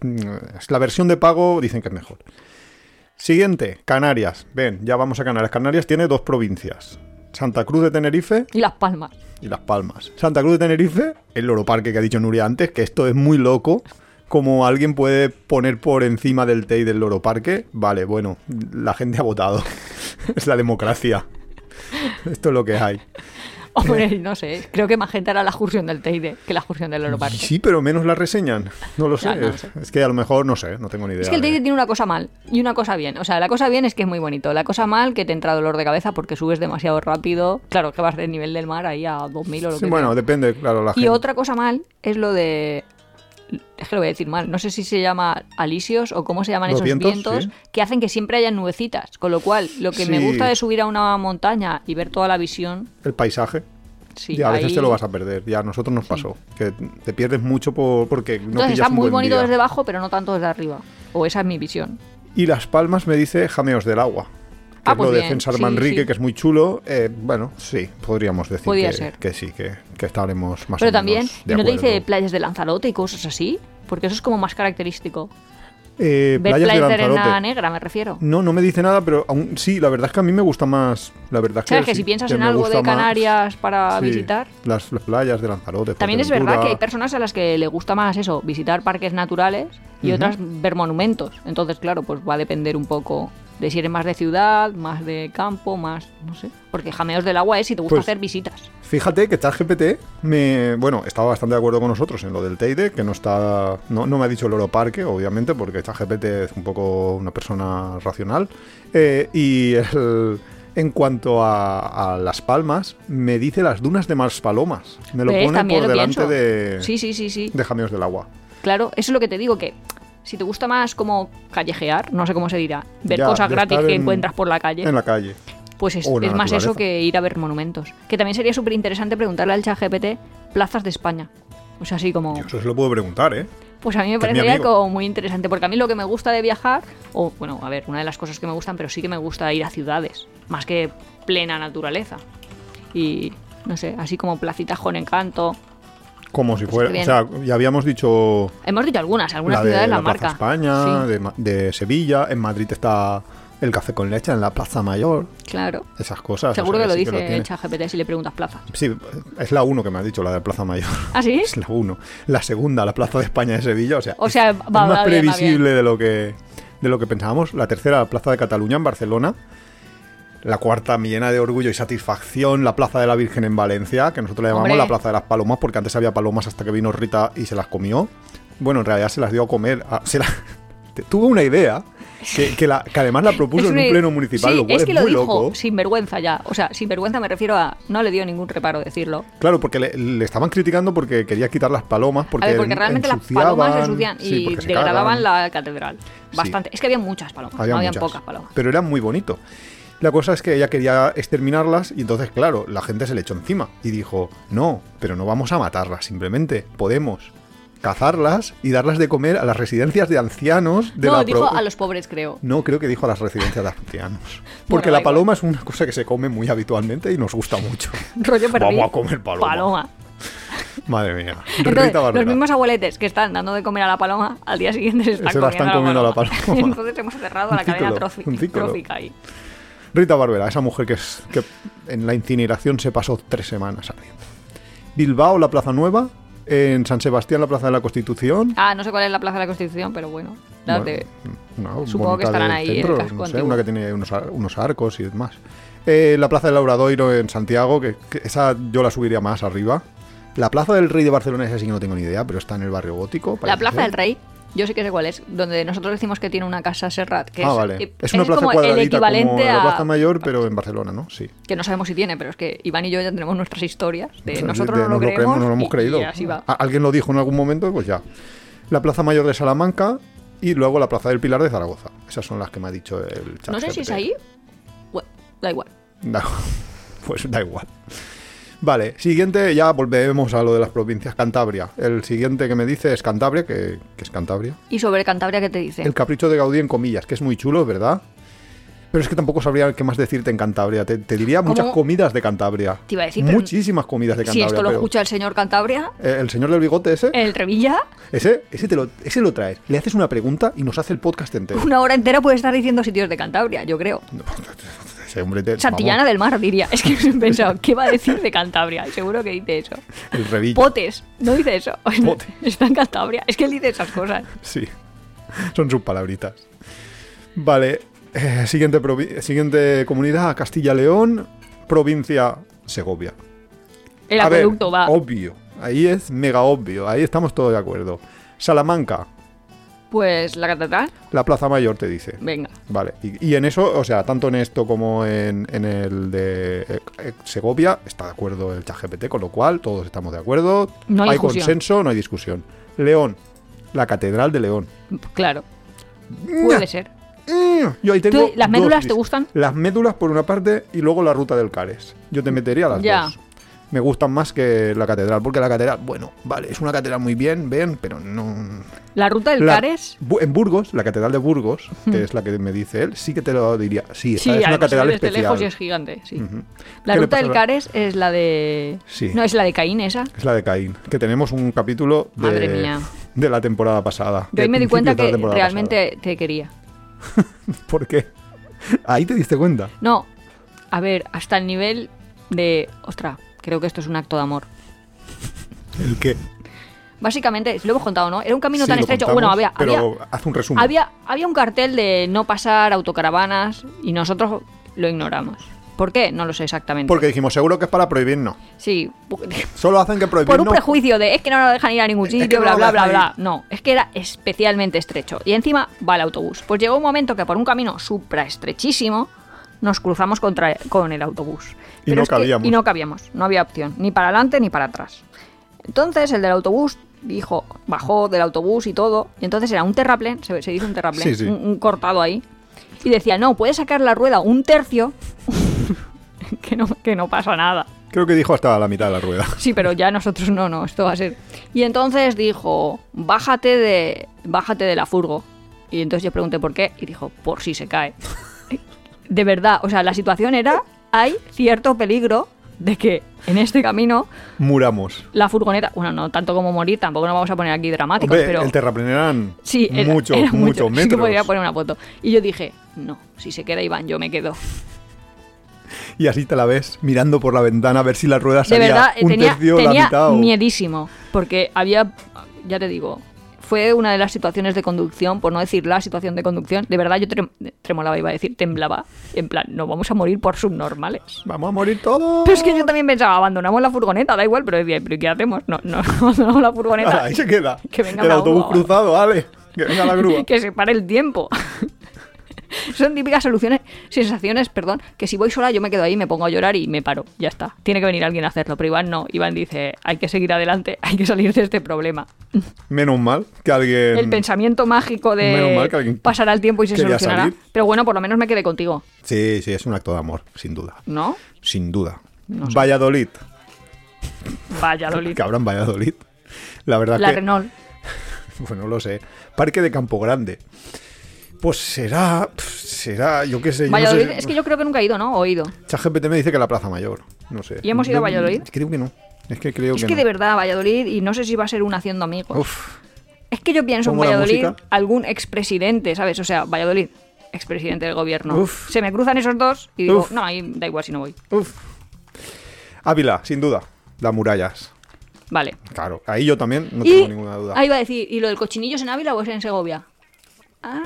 A: es la versión de pago dicen que es mejor. Siguiente, Canarias. Ven, ya vamos a Canarias. Canarias tiene dos provincias. Santa Cruz de Tenerife
B: Y Las Palmas.
A: y Las Palmas. Santa Cruz de Tenerife, el Loro Parque que ha dicho Nuria antes, que esto es muy loco. Como alguien puede poner por encima del TEI del Loro Parque, vale, bueno, la gente ha votado. es la democracia. Esto es lo que hay.
B: Hombre, no sé. Creo que más gente hará la excursión del Teide que la excursión del Oro Parque.
A: Sí, pero menos la reseñan. No lo sé.
B: No, no lo sé.
A: Es que a lo mejor no sé, no tengo ni idea.
B: Es que el
A: de-
B: Teide tiene una cosa mal y una cosa bien. O sea, la cosa bien es que es muy bonito. La cosa mal que te entra dolor de cabeza porque subes demasiado rápido. Claro, que vas del nivel del mar ahí a 2000 o lo
A: Sí,
B: que
A: bueno,
B: sea.
A: depende, claro, la
B: Y
A: gente.
B: otra cosa mal es lo de... Es que lo voy a decir mal. No sé si se llama alisios o cómo se llaman
A: Los
B: esos
A: vientos,
B: vientos,
A: sí.
B: que hacen que siempre haya nubecitas. Con lo cual, lo que me
A: Sí.
B: gusta de subir a una montaña y ver toda la visión
A: El paisaje.
B: Sí,
A: y a veces
B: ahí-
A: te lo vas a perder. Ya a nosotros nos pasó. Que te pierdes mucho por, porque no
B: Entonces
A: pillas
B: está
A: un
B: muy
A: buen
B: bonito
A: día.
B: desde abajo, pero no tanto desde arriba. O esa es mi visión.
A: Y Las Palmas me dice Jameos del Agua. Que
B: Ah,
A: es
B: pues
A: lo de
B: bien,
A: César
B: sí,
A: Manrique,
B: sí.
A: que es muy chulo. Eh, bueno, sí, podríamos decir
B: Podía
A: que,
B: ser.
A: que sí, que, que estaremos más o menos
B: Pero
A: de
B: también, ¿y no
A: acuerdo.
B: te dice playas de Lanzarote y cosas así? Porque eso es como más característico.
A: Eh,
B: Ver
A: playas
B: playas,
A: de
B: de, arena
A: Lanzarote.
B: negra, me refiero.
A: No, no me dice nada, pero aún sí, la verdad es que a mí me gusta más. La verdad es que,
B: ¿Sabes que
A: sí,
B: si piensas
A: que
B: en
A: me
B: algo de
A: gusta más-
B: Canarias para
A: sí,
B: visitar?
A: Las, las playas de Lanzarote.
B: También es
A: Fuerteventura.
B: verdad que hay personas a las que le gusta más eso, visitar parques naturales y otras ver monumentos. Entonces, claro, pues va a depender un poco de si eres más de ciudad, más de campo, más, no sé. Porque jameos del agua es si te gusta
A: Pues-
B: hacer visitas.
A: Fíjate que ChatGPT me. Bueno, estaba bastante de acuerdo con nosotros en lo del Teide, que no está. No, no me ha dicho el Oro Parque, obviamente, porque ChatGPT es un poco una persona racional. Eh, y el- en cuanto a, a Las Palmas, me dice las dunas de Maspalomas. Me lo
B: ¿Ves?
A: pone
B: También
A: por
B: lo
A: delante
B: pienso.
A: de,
B: Sí, sí, sí, sí.
A: de Jameos del Agua.
B: Claro, eso es lo que te digo, que si te gusta más como callejear, no sé cómo se dirá, ver
A: Ya,
B: cosas
A: de
B: gratis
A: estar
B: que
A: en-
B: encuentras por la calle,
A: En la calle.
B: pues es,
A: o en la
B: es más eso
A: naturaleza.
B: que ir a ver monumentos. Que también sería súper interesante preguntarle al ChatGPT plazas de España. O sea, así como...
A: Yo eso se lo puedo preguntar, ¿eh?
B: Pues a mí me
A: Que es mi
B: parecería
A: amigo.
B: como muy interesante, porque a mí lo que me gusta de viajar, o bueno, a ver, una de las cosas que me gustan, pero sí que me gusta ir a ciudades, más que plena naturaleza. Y no sé, así como placitas con encanto.
A: Como si fuera.
B: Pues bien.
A: O sea, ya habíamos dicho
B: Hemos dicho algunas, algunas
A: la de
B: ciudades la,
A: la
B: marca.
A: Plaza España,
B: Sí,
A: de, Ma- de Sevilla, en Madrid está el café con leche en la Plaza Mayor,
B: claro.
A: esas cosas. o
B: Seguro
A: sea,
B: que lo
A: sí
B: dice
A: tiene.
B: el ChatGPT si le preguntas plazas.
A: Sí, es la 1 que me ha dicho, la de Plaza Mayor.
B: ¿Ah, sí?
A: Es la 1. La segunda, la Plaza de España de Sevilla, o sea,
B: O sea,
A: es,
B: va-
A: es
B: va
A: más
B: bien, va
A: previsible de lo que de lo que pensábamos. La tercera, la Plaza de Cataluña en Barcelona. La cuarta, me llena de orgullo y satisfacción, la Plaza de la Virgen en Valencia, que nosotros le llamamos
B: Hombre.
A: la Plaza de las Palomas, porque antes había palomas hasta que vino Rita y se las comió. Bueno, en realidad se las dio a comer. a- se la- Te- Tuvo una idea que, que la- que además la propuso
B: Es
A: en
B: una-
A: un pleno municipal,
B: Sí,
A: lo cual es,
B: es que lo
A: muy
B: dijo
A: loco.
B: sin vergüenza ya. O sea, sin vergüenza me refiero a. No le dio ningún reparo decirlo.
A: Claro, porque le, le estaban criticando porque quería quitar las palomas. Porque,
B: a ver, porque realmente las palomas se ensucian y
A: sí, porque se
B: degradaban
A: cagan.
B: la catedral.
A: Sí.
B: Bastante. Es que había muchas palomas, no habían
A: muchas,
B: pocas palomas.
A: Pero era muy bonito. La cosa es que ella quería exterminarlas y entonces, claro, la gente se le echó encima y dijo, no, pero no vamos a matarlas, simplemente podemos cazarlas y darlas de comer a las residencias de ancianos de
B: no,
A: la
B: dijo
A: pro-
B: a los pobres, creo.
A: No, creo que dijo a las residencias de ancianos. Porque
B: da
A: la
B: igual.
A: paloma es una cosa que se come muy habitualmente y nos gusta mucho.
B: Rollo perdí.
A: Vamos a comer paloma.
B: Paloma.
A: Madre mía.
B: Entonces,
A: Rita
B: los
A: Barberá.
B: mismos abueletes que están dando de comer a la paloma, al día siguiente se están,
A: Se la
B: comiendo,
A: están comiendo a la paloma.
B: Entonces hemos cerrado
A: Un
B: la cadena
A: círculo,
B: trófi-
A: un círculo.
B: trófica ahí.
A: Rita Barbera, esa mujer que, es- que en la incineración se pasó tres semanas ardiendo. Bilbao, la Plaza Nueva. En San Sebastián, la Plaza de la Constitución.
B: Ah, no sé cuál es la plaza de la Constitución, pero bueno.
A: Bueno,
B: date.
A: no,
B: supongo que
A: bonita
B: estarán
A: del
B: ahí, el casco
A: no sé,
B: antiguo.
A: una que tiene unos, ar- unos arcos y demás. Eh, la Plaza del Labradoiro en Santiago, que, que esa yo la subiría más arriba. La Plaza del Rey de Barcelona, esa sí que no tengo ni idea, pero está en el barrio gótico.
B: La
A: parece
B: Plaza
A: ser.
B: del Rey, yo sé que sé cuál es, donde nosotros decimos que tiene una casa Serrat, que
A: Ah,
B: es,
A: vale.
B: eh,
A: Es
B: ese
A: una plaza
B: como el
A: cuadradita
B: equivalente
A: como la
B: a
A: Plaza Mayor, pero en Barcelona, ¿no? Sí.
B: que no sabemos si tiene, pero es que Iván y yo ya tenemos nuestras historias de
A: Sí,
B: nosotros
A: de
B: no lo
A: nos
B: creemos,
A: no lo hemos
B: y-
A: creído. Ah,
B: y así va.
A: A- Alguien lo dijo en algún momento, pues ya. La Plaza Mayor de Salamanca y luego la Plaza del Pilar de Zaragoza. Esas son las que me ha dicho el chat.
B: no sé si es
A: GPT.
B: ahí. Bueno, da igual.
A: Da- pues da igual. Vale, siguiente, ya volvemos a lo de las provincias. Cantabria. El siguiente que me dice es Cantabria, que, que es Cantabria.
B: ¿Y sobre Cantabria qué te dice?
A: El capricho de Gaudí en comillas, que es muy chulo, ¿verdad? Pero es que tampoco sabría qué más decirte en Cantabria. Te, te diría muchas
B: ¿Cómo?
A: comidas de Cantabria.
B: Te iba a decir, pero-
A: Muchísimas comidas de
B: si
A: Cantabria.
B: esto lo
A: pero-
B: escucha el señor Cantabria,
A: Eh, El señor del bigote ese.
B: el Revilla,
A: Ese, ese, te lo, ese lo traes, le haces una pregunta y nos hace el podcast entero.
B: una hora entera puede estar diciendo sitios de Cantabria, yo creo.
A: Ese hombre te-
B: Santillana del Mar, diría. Es que he pensado, ¿qué va a decir de Cantabria? Y seguro que dice eso.
A: vamos, el Revilla.
B: Potes, no dice eso.
A: Pote.
B: Está en Cantabria. Es que él dice esas cosas.
A: Sí, son sus palabritas. Vale, eh, siguiente, provi- siguiente comunidad, Castilla-León, provincia Segovia.
B: El
A: A ver,
B: acueducto va.
A: Obvio, ahí es mega obvio, ahí estamos todos de acuerdo. Salamanca,
B: Pues la catedral,
A: la Plaza Mayor te dice.
B: venga.
A: Vale, y, y en eso, o sea, tanto en esto como en, en el de eh, eh, Segovia, está de acuerdo el ChatGPT, con lo cual todos estamos de acuerdo.
B: No hay discusión.
A: consenso, no hay discusión. León, la Catedral de León.
B: Claro, puede
A: ¡Mua!
B: ser.
A: ¡Mua! Yo ahí tengo
B: Pues ¿Tú- las
A: dos
B: médulas te
A: dis-
B: gustan?
A: Las médulas por una parte y luego la ruta del Cares. Yo te metería las
B: Ya.
A: dos. me gustan más que la catedral. Porque la catedral, bueno, vale, es una catedral muy bien, ven, pero no.
B: La ruta del
A: La-
B: Cares. Hmm.
A: Bu- en Burgos, la catedral de Burgos, que es la que me dice él, sí que te lo diría. Sí, esta es una
B: además
A: catedral
B: desde
A: especial.
B: lejos y es gigante. sí. La
A: ¿Qué le
B: ruta
A: pasa
B: del
A: a la-
B: Cares es la de.
A: Sí.
B: No, es la de Caín esa.
A: Es la de Caín, que tenemos un capítulo de,
B: Madre mía.
A: de la temporada pasada.
B: Yo ahí
A: del
B: me di
A: principio
B: cuenta
A: de la
B: que
A: temporada
B: realmente te quería.
A: pasada. ¿Por qué? Ahí te diste cuenta.
B: No, a ver, hasta el nivel de. Ostras, creo que esto es un acto de amor.
A: ¿El qué?
B: Básicamente, lo hemos contado, ¿no? Era un camino
A: Sí,
B: tan
A: lo
B: estrecho.
A: contamos,
B: bueno, había,
A: Pero
B: había,
A: haz un resumen.
B: había, había un cartel de no pasar autocaravanas y nosotros lo ignoramos. ¿Por qué? No lo sé exactamente.
A: Porque dijimos, seguro que es para prohibirnos.
B: Sí,
A: Solo hacen que
B: por un
A: prohibirnos.
B: prejuicio de es que no nos dejan ir a ningún
A: Es que
B: sitio,
A: no
B: bla,
A: nos
B: bla, bla,
A: dejan
B: bla. No, es que era especialmente estrecho. Y encima va el autobús. Pues llegó un momento que por un camino supraestrechísimo nos cruzamos contra, con el autobús.
A: Y no
B: es que-
A: cabíamos.
B: y no cabíamos, no había opción, ni para adelante ni para atrás. Entonces el del autobús dijo, bajó del autobús y todo. Y entonces era un terraplén, se, se dice un terraplén,
A: Sí, sí.
B: Un, un cortado ahí. Y decía, no, puedes sacar la rueda un tercio, que, no, que no pasa nada.
A: Creo que dijo hasta la mitad de la rueda.
B: Sí, pero ya nosotros no, no, esto va a ser. Y entonces dijo, bájate de, bájate de la furgo. Y entonces yo pregunté por qué y dijo, por si se cae. De verdad, o sea, la situación era, hay cierto peligro de que en este camino
A: Muramos.
B: la furgoneta, bueno, no tanto como morir, tampoco nos vamos a poner aquí dramáticos,
A: Hombre,
B: pero...
A: el terraplén eran
B: Sí, era-
A: muchos,
B: era mucho.
A: muchos
B: Sí que
A: metros.
B: podría poner una foto. Y yo dije, no, si se queda Iván, yo me quedo.
A: Y así te la ves mirando por la ventana a ver si la rueda
B: De
A: salía
B: verdad, eh,
A: un
B: tenía,
A: tercio, la
B: tenía
A: mitad o...
B: miedísimo. Porque había, ya te digo, fue una de las situaciones de conducción, por no decir la situación de conducción. De verdad, yo trem- tremolaba, iba a decir, temblaba. En plan, no vamos a morir por subnormales.
A: Vamos a morir todos.
B: Pero es que yo también pensaba, abandonamos la furgoneta, da igual, pero decía, ¿pero qué hacemos? No, no, no abandonamos la
A: Ala,
B: furgoneta.
A: ahí se queda.
B: Que venga
A: el
B: la
A: autobús
B: grúa.
A: cruzado, vale. Que venga la grúa.
B: que se pare el tiempo. Son típicas soluciones, sensaciones, perdón, que si voy sola yo me quedo ahí, me pongo a llorar y me paro. Ya está. Tiene que venir alguien a hacerlo, pero Iván no. Iván dice, hay que seguir adelante, hay que salir de este problema.
A: Menos mal que alguien.
B: El pensamiento mágico
A: Em, Menos mal que alguien
B: de pasará el tiempo y se
A: quería
B: solucionará.
A: salir.
B: Pero bueno, por lo menos me quedé contigo,
A: Sí, sí, es un acto de amor, sin duda.
B: ¿no?
A: Sin duda. Valladolid.
B: Vaya, Loli.
A: Que habrá en Valladolid. La verdad
B: La
A: que.
B: Renault.
A: Bueno, lo sé. Parque de Campo Grande. Pues será. pf, Será, yo qué sé. yo no
B: Valladolid,
A: sé-
B: es que yo creo que nunca he ido, ¿no? O he ido.
A: ChatGPT me dice que la Plaza Mayor. No sé.
B: ¿Y hemos ido a
A: Yo-
B: Valladolid?
A: Creo que no. Es que creo
B: Es
A: que.
B: que
A: no.
B: de verdad, Valladolid, y no sé si va a ser un haciendo amigos.
A: Uf.
B: Es que yo pienso en
A: Pongo la
B: Valladolid,
A: música.
B: algún expresidente, ¿sabes? O sea, Valladolid, expresidente del gobierno.
A: Uf.
B: Se me cruzan esos dos y digo,
A: Uf.
B: no, ahí da igual si no voy.
A: Uf. Ávila, sin duda. Las murallas.
B: Vale.
A: Claro. Ahí yo también no
B: y
A: tengo ninguna duda.
B: ahí va a decir, ¿y lo del cochinillo es en Ávila o es en Segovia? Ah,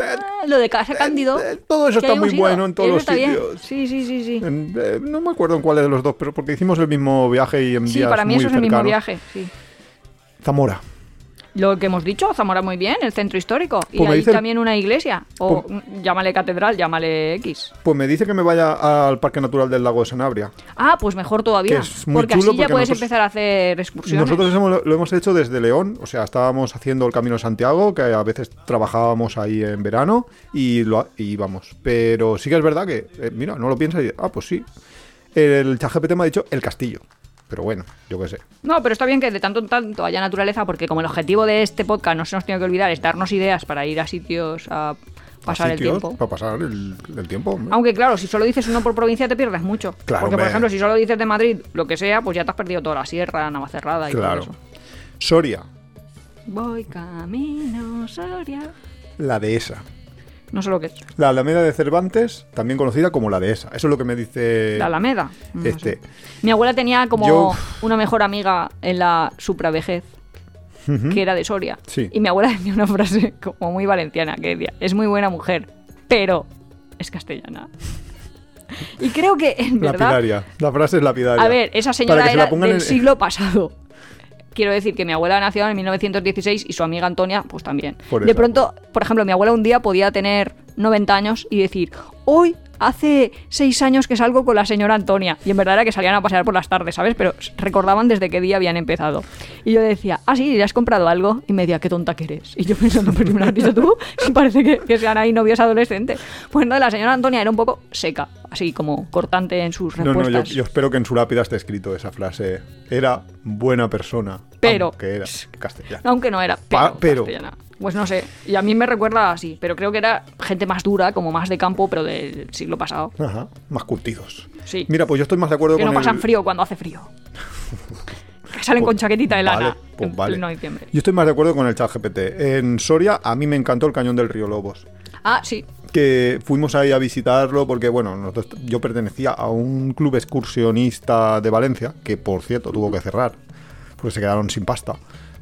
B: lo de Casa Cándido.
A: eh, todo eso
B: que
A: está
B: habíamos
A: muy
B: ido.
A: bueno en todos
B: Eso
A: los
B: está bien.
A: sitios.
B: Sí, sí, sí, sí.
A: En- eh, no me acuerdo en cuál de los dos, pero porque hicimos el mismo viaje y en
B: Sí,
A: días
B: para mí
A: muy
B: eso es el mismo
A: cercanos.
B: viaje. Sí.
A: Zamora.
B: Lo que hemos dicho, Zamora muy bien, el centro histórico.
A: Pues
B: y
A: me
B: ahí
A: dice el-
B: también una iglesia. O
A: Pues-
B: mm, llámale catedral, llámale X.
A: Pues me dice que me vaya al Parque Natural del Lago de Sanabria.
B: Ah, pues mejor todavía.
A: Que es muy
B: porque
A: chulo
B: así ya
A: porque
B: puedes
A: nosotros-
B: empezar a hacer excursiones.
A: Nosotros hemos- lo hemos hecho desde León, o sea, estábamos haciendo el Camino de Santiago, que a veces trabajábamos ahí en verano y, lo, y íbamos. Pero sí que es verdad que, eh, mira, no lo piensas y, ah, pues sí. El ChatGPT me ha dicho el castillo. Pero bueno, yo qué sé.
B: No, pero está bien que de tanto en tanto haya naturaleza, porque como el objetivo de este podcast no se nos tiene que olvidar es darnos ideas para ir a sitios a pasar el
A: Sitios
B: tiempo. Ah,
A: Para pasar el, el tiempo. hombre.
B: Aunque claro, si solo dices uno por provincia te pierdes mucho.
A: Claro,
B: porque por
A: hombre.
B: ejemplo, si solo dices de Madrid, lo que sea, pues ya te has perdido toda la sierra, Navacerrada y
A: Claro.
B: todo eso.
A: Soria,
B: Voy camino, Soria.
A: la dehesa.
B: No sé lo que es.
A: La Alameda de Cervantes, también conocida como la dehesa. Eso es lo que me dice.
B: La Alameda. Mm, No sé.
A: Este.
B: Mi abuela tenía como
A: Yo-
B: una mejor amiga en la supravejez, que era de Soria.
A: Sí.
B: Y mi abuela decía una frase como muy valenciana, que decía, es muy buena mujer, pero es castellana. Y creo que, en verdad,
A: Lapidaria. La frase es lapidaria.
B: a ver, esa
A: Para
B: señora
A: que se
B: era
A: la pongan
B: del
A: en-
B: siglo pasado. Quiero decir que mi abuela nació en 1916 y su amiga Antonia, pues también.
A: Por
B: de
A: eso.
B: pronto, por ejemplo, mi abuela un día podía tener 90 años y decir, hoy hace seis años que salgo con la señora Antonia. Y en verdad era que salían a pasear por las tardes, ¿sabes? Pero recordaban desde qué día habían empezado. Y yo decía, ah, sí, ¿le has comprado algo? Y me decía, qué tonta que eres. Y yo pensando, pero me lo has dicho tú. Si parece que, que sean ahí novios adolescentes. Pues no, la señora Antonia era un poco seca, así como cortante en sus
A: No,
B: respuestas.
A: no, yo, yo espero que en su lápida esté escrito esa frase. Era buena persona.
B: Pero-
A: Que era castellano.
B: Aunque no era pero,
A: Pa- pero.
B: castellana. Pues no sé, y a mí me recuerda así, pero creo que era gente más dura, como más de campo, pero del siglo pasado.
A: Ajá, más curtidos.
B: Sí.
A: Mira, pues yo estoy más de acuerdo
B: Que
A: con
B: no
A: el-
B: pasan frío cuando hace frío. que salen con
A: Pues,
B: chaquetita de lana.
A: Vale, pues
B: en
A: vale.
B: pleno diciembre.
A: Yo estoy más de acuerdo con el chat GPT. En Soria a mí me encantó el cañón del río Lobos.
B: Ah, sí.
A: Que fuimos ahí a visitarlo porque, bueno, nosotros- yo pertenecía a un club excursionista de Valencia, que por cierto tuvo que cerrar, porque se quedaron sin pasta.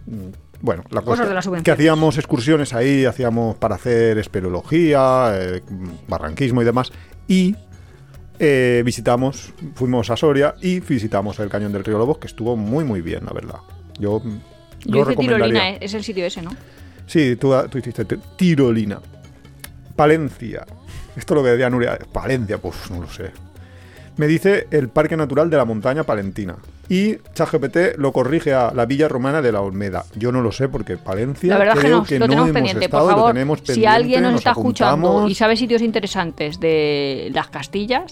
A: Mm, Bueno, la cosa
B: Cosas de las
A: es que- que
B: subvenciones.
A: hacíamos excursiones ahí, hacíamos para hacer espeleología, eh, barranquismo y demás. Y eh, visitamos, fuimos a Soria y visitamos el Cañón del Río Lobos, que estuvo muy, muy bien, la verdad. Yo, mm,
B: Yo
A: lo
B: hice tirolina,
A: recomendaría.
B: eh, es el sitio ese, ¿no?
A: Sí, tú, ah, tú hiciste ti- tirolina. Palencia. Esto es lo que decía Nuria. Palencia, pues no lo sé. Me dice el Parque Natural de la Montaña Palentina. Y ChatGPT lo corrige a la Villa Romana de la Olmeda. Yo no lo sé porque Palencia
B: La verdad es que
A: creo
B: nos, lo tenemos
A: hemos
B: pendiente,
A: estado,
B: por
A: lo
B: favor.
A: tenemos
B: si
A: pendiente,
B: alguien nos, está escuchando
A: apuntamos.
B: y sabe sitios interesantes de las Castillas,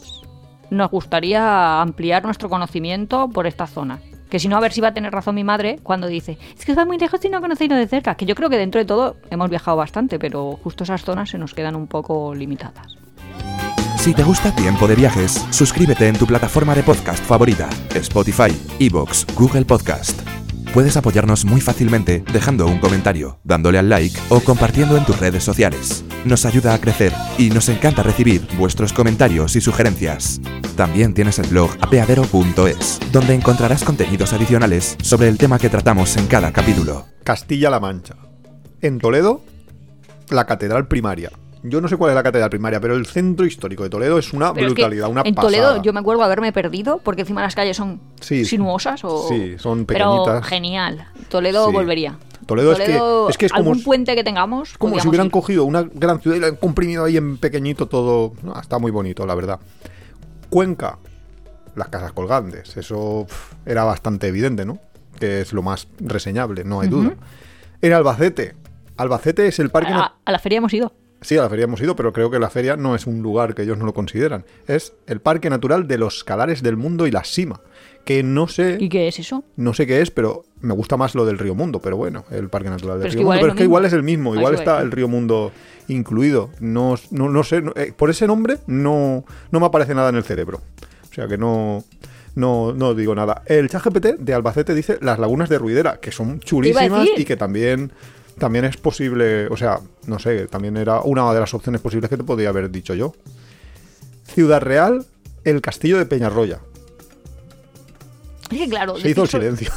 B: nos gustaría ampliar nuestro conocimiento por esta zona. Que si no, a ver si va a tener razón mi madre cuando dice, es que os va muy lejos y no conocéis lo de cerca. Que yo creo que dentro de todo hemos viajado bastante, pero justo esas zonas se nos quedan un poco limitadas.
C: Si te gusta Tiempo de Viajes, suscríbete en tu plataforma de podcast favorita, Spotify, Evox, Google Podcast. Puedes apoyarnos muy fácilmente dejando un comentario, dándole al like o compartiendo en tus redes sociales. Nos ayuda a crecer y nos encanta recibir vuestros comentarios y sugerencias. También tienes el blog apeadero.es, donde encontrarás contenidos adicionales sobre el tema que tratamos en cada capítulo.
A: Castilla-La Mancha. En Toledo, la Catedral Primaria. Yo no sé cuál es la Catedral Primaria, pero el centro histórico de Toledo es una
B: Pero es que
A: brutalidad, una
B: en
A: pasada.
B: Toledo yo me acuerdo haberme perdido porque encima las calles son
A: Sí.
B: sinuosas o
A: Sí, son
B: Pero
A: pequeñitas.
B: genial. Toledo
A: Sí.
B: volvería.
A: Toledo es que- es que es como
B: algún
A: si-
B: puente que tengamos.
A: Como si
B: podríamos
A: hubieran
B: ir.
A: cogido una gran ciudad y la han comprimido ahí en pequeñito todo. No, está muy bonito, la verdad. Cuenca, las casas colgantes. Eso pf, era bastante evidente, ¿no? Que es lo más reseñable, no hay duda. En Albacete. Albacete es el parque. na-
B: a, a la feria hemos ido.
A: Sí, a la feria hemos ido, pero creo que la feria no es un lugar que ellos no lo consideran. Es el parque natural de los calares del mundo y la cima. Que no sé.
B: ¿Y qué es eso?
A: No sé qué es, pero me gusta más lo del Río Mundo, pero bueno, el Parque Natural del
B: Pero es que
A: Río Mundo.
B: igual
A: Pero es
B: es lo
A: que
B: mismo.
A: igual es el mismo,
B: A
A: igual
B: eso
A: está
B: voy.
A: el Río Mundo incluido. No, no, no sé, no- eh, por ese nombre no, no me aparece nada en el cerebro. O sea que no, no, no digo nada. El ChatGPT de Albacete dice las lagunas de Ruidera, que son chulísimas
B: decir.
A: y que también, también es posible, o sea, no sé, también era una de las opciones posibles que te podía haber dicho yo. Ciudad Real, el castillo de Peñarroya.
B: Es que claro,
A: Se
B: decir
A: hizo el
B: solo-
A: silencio.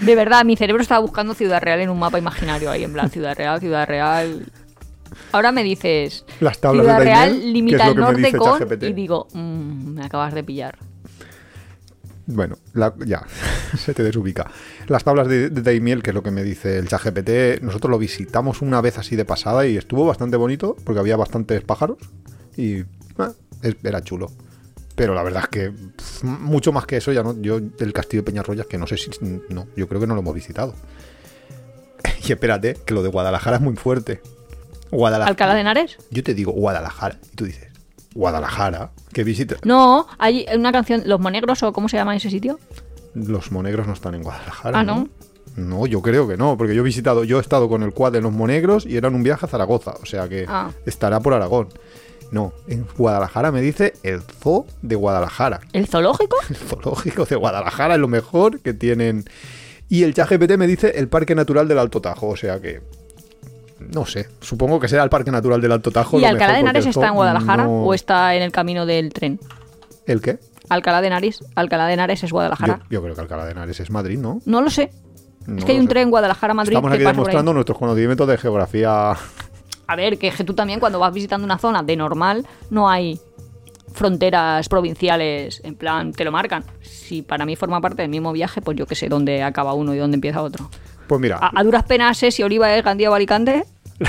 B: de verdad, mi cerebro estaba buscando Ciudad Real en un mapa imaginario ahí, en plan Ciudad Real, Ciudad Real. Ahora me dices
A: Las tablas
B: Ciudad
A: de Daimiel, que
B: Real
A: es lo
B: limita al
A: que me
B: norte
A: dice
B: con
A: ChatGPT.
B: y digo, "Mm, me acabas de pillar.
A: Bueno, la- ya, se te desubica. Las tablas de, de Daimiel, que es lo que me dice el ChatGPT, nosotros lo visitamos una vez así de pasada y estuvo bastante bonito porque había bastantes pájaros y ah, es- era chulo. Pero la verdad es que pff, mucho más que eso ya no. Yo del castillo de Peñarroya, que no sé si. No, yo creo que no lo hemos visitado. Y espérate, que lo de Guadalajara es muy fuerte. Guadalajara.
B: Alcalá de Henares?
A: Yo te digo Guadalajara y tú dices, Guadalajara, que visita.
B: No, hay una canción, Los Monegros o cómo se llama ese sitio.
A: Los monegros no están en Guadalajara.
B: Ah,
A: ¿no? No, yo creo que no, porque yo he visitado, yo he estado con el quad en los monegros y era en un viaje a Zaragoza, o sea que
B: Ah.
A: estará por Aragón. No, en Guadalajara me dice el zoo de Guadalajara.
B: ¿El zoológico?
A: El zoológico de Guadalajara es lo mejor que tienen. Y el ChatGPT me dice el Parque Natural del Alto Tajo, o sea que no sé, supongo que será el Parque Natural del Alto Tajo.
B: ¿Y
A: lo mejor,
B: Alcalá de
A: porque
B: Henares
A: el
B: está
A: zoo
B: en Guadalajara
A: no-
B: o está en el camino del tren?
A: ¿El qué?
B: Alcalá de Henares, Alcalá de Henares es
A: Yo,
B: Guadalajara.
A: yo creo que Alcalá de Henares es Madrid, ¿no?
B: No lo sé.
A: No
B: es que hay
A: lo
B: un
A: sé.
B: tren Guadalajara-Madrid
A: Estamos
B: que
A: aquí
B: pasa por ahí.
A: demostrando nuestros conocimientos de geografía
B: A ver, que tú también cuando vas visitando una zona de normal no hay fronteras provinciales, en plan, te lo marcan. Si para mí forma parte del mismo viaje, pues yo que sé dónde acaba uno y dónde empieza otro.
A: Pues mira,
B: A, a duras penas sé si Oliva es Gandía o Alicante,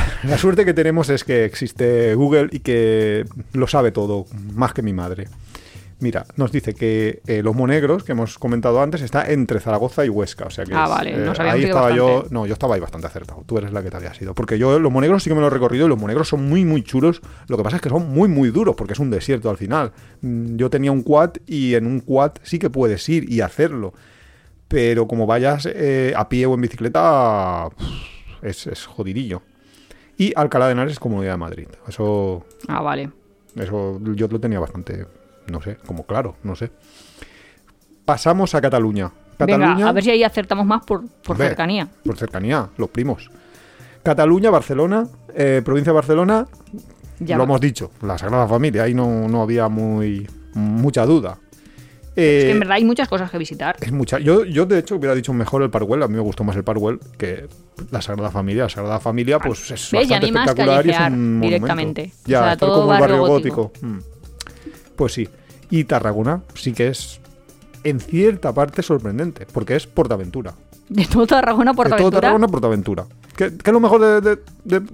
A: La suerte que tenemos es que existe Google y que lo sabe todo, más que mi madre. Mira, nos dice que eh, los monegros que hemos comentado antes está entre Zaragoza y Huesca. O sea que
B: Ah,
A: es, eh,
B: vale, nos habíamos
A: ahí
B: ido
A: estaba yo.
B: bastante.
A: No, yo estaba ahí bastante acertado. Tú eres la que te había sido. Porque yo los monegros sí que me los he recorrido y los monegros son muy, muy chulos. Lo que pasa es que son muy, muy duros porque es un desierto al final. Mm, Yo tenía un quad y en un quad sí que puedes ir y hacerlo. Pero como vayas eh, a pie o en bicicleta, pff, es, es jodidillo. Y Alcalá de Henares es Comunidad de Madrid. Eso
B: Ah, vale.
A: eso yo lo tenía bastante, no sé, como claro, no sé. Pasamos a Cataluña. Cataluña
B: Venga, a ver si ahí acertamos más por, por
A: Hombre,
B: cercanía.
A: Por cercanía, los primos. Cataluña, Barcelona, eh, provincia de Barcelona,
B: Ya
A: lo
B: va.
A: hemos dicho, la Sagrada Familia, ahí no, no había muy mucha duda. Eh,
B: Es que en verdad hay muchas cosas que visitar.
A: es mucha. Yo, yo, de hecho, hubiera dicho mejor el Parkwell. A mí me gustó más el Parkwell que la Sagrada Familia. La Sagrada Familia, pues es
B: Ve, Ah, ya
A: bastante
B: ni más
A: espectacular y es un
B: callejear
A: monumento.
B: directamente. O
A: Ya,
B: sea,
A: estar
B: todo
A: como un barrio
B: barrio
A: gótico. Mm. Pues sí. Y Tarragona sí que es, en cierta parte, sorprendente. Porque es Portaventura.
B: De todo Tarragona,
A: Es todo
B: Portaventura.
A: Tarragona, Portaventura. Que, que es lo mejor de... de- de-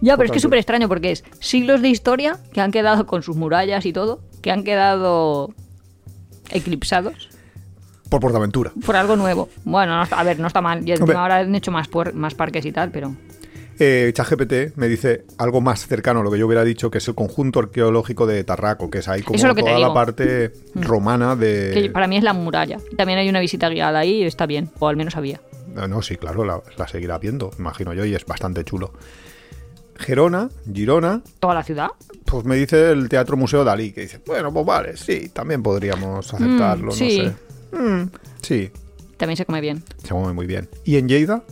B: Ya, pero es que es
A: Portaventura.
B: súper extraño porque es siglos de historia que han quedado con sus murallas y todo, que han quedado eclipsados
A: Por Portaventura.
B: por algo nuevo. Bueno, no está- a ver, no está mal. Y encima
A: Hombre.
B: ahora han hecho más, puer- más parques y tal, pero...
A: Eh, ChatGPT me dice algo más cercano a lo que yo hubiera dicho, que es el conjunto arqueológico de Tarraco, que es ahí como
B: Eso es lo que te
A: toda la
B: digo. Mm.
A: parte romana de...
B: Que para mí es la muralla. También hay una visita guiada ahí y está bien, o al menos había.
A: Ah, No, no, sí, claro, la, la seguirá viendo, imagino yo, y es bastante chulo. Gerona, Girona,
B: Toda la ciudad.
A: pues me dice el Teatro Museo Dalí, que dice, bueno, pues vale, sí, también podríamos aceptarlo,
B: Mm, sí.
A: no sé. Mm, sí,
B: También se come bien.
A: se mueve muy bien. Y en Lleida,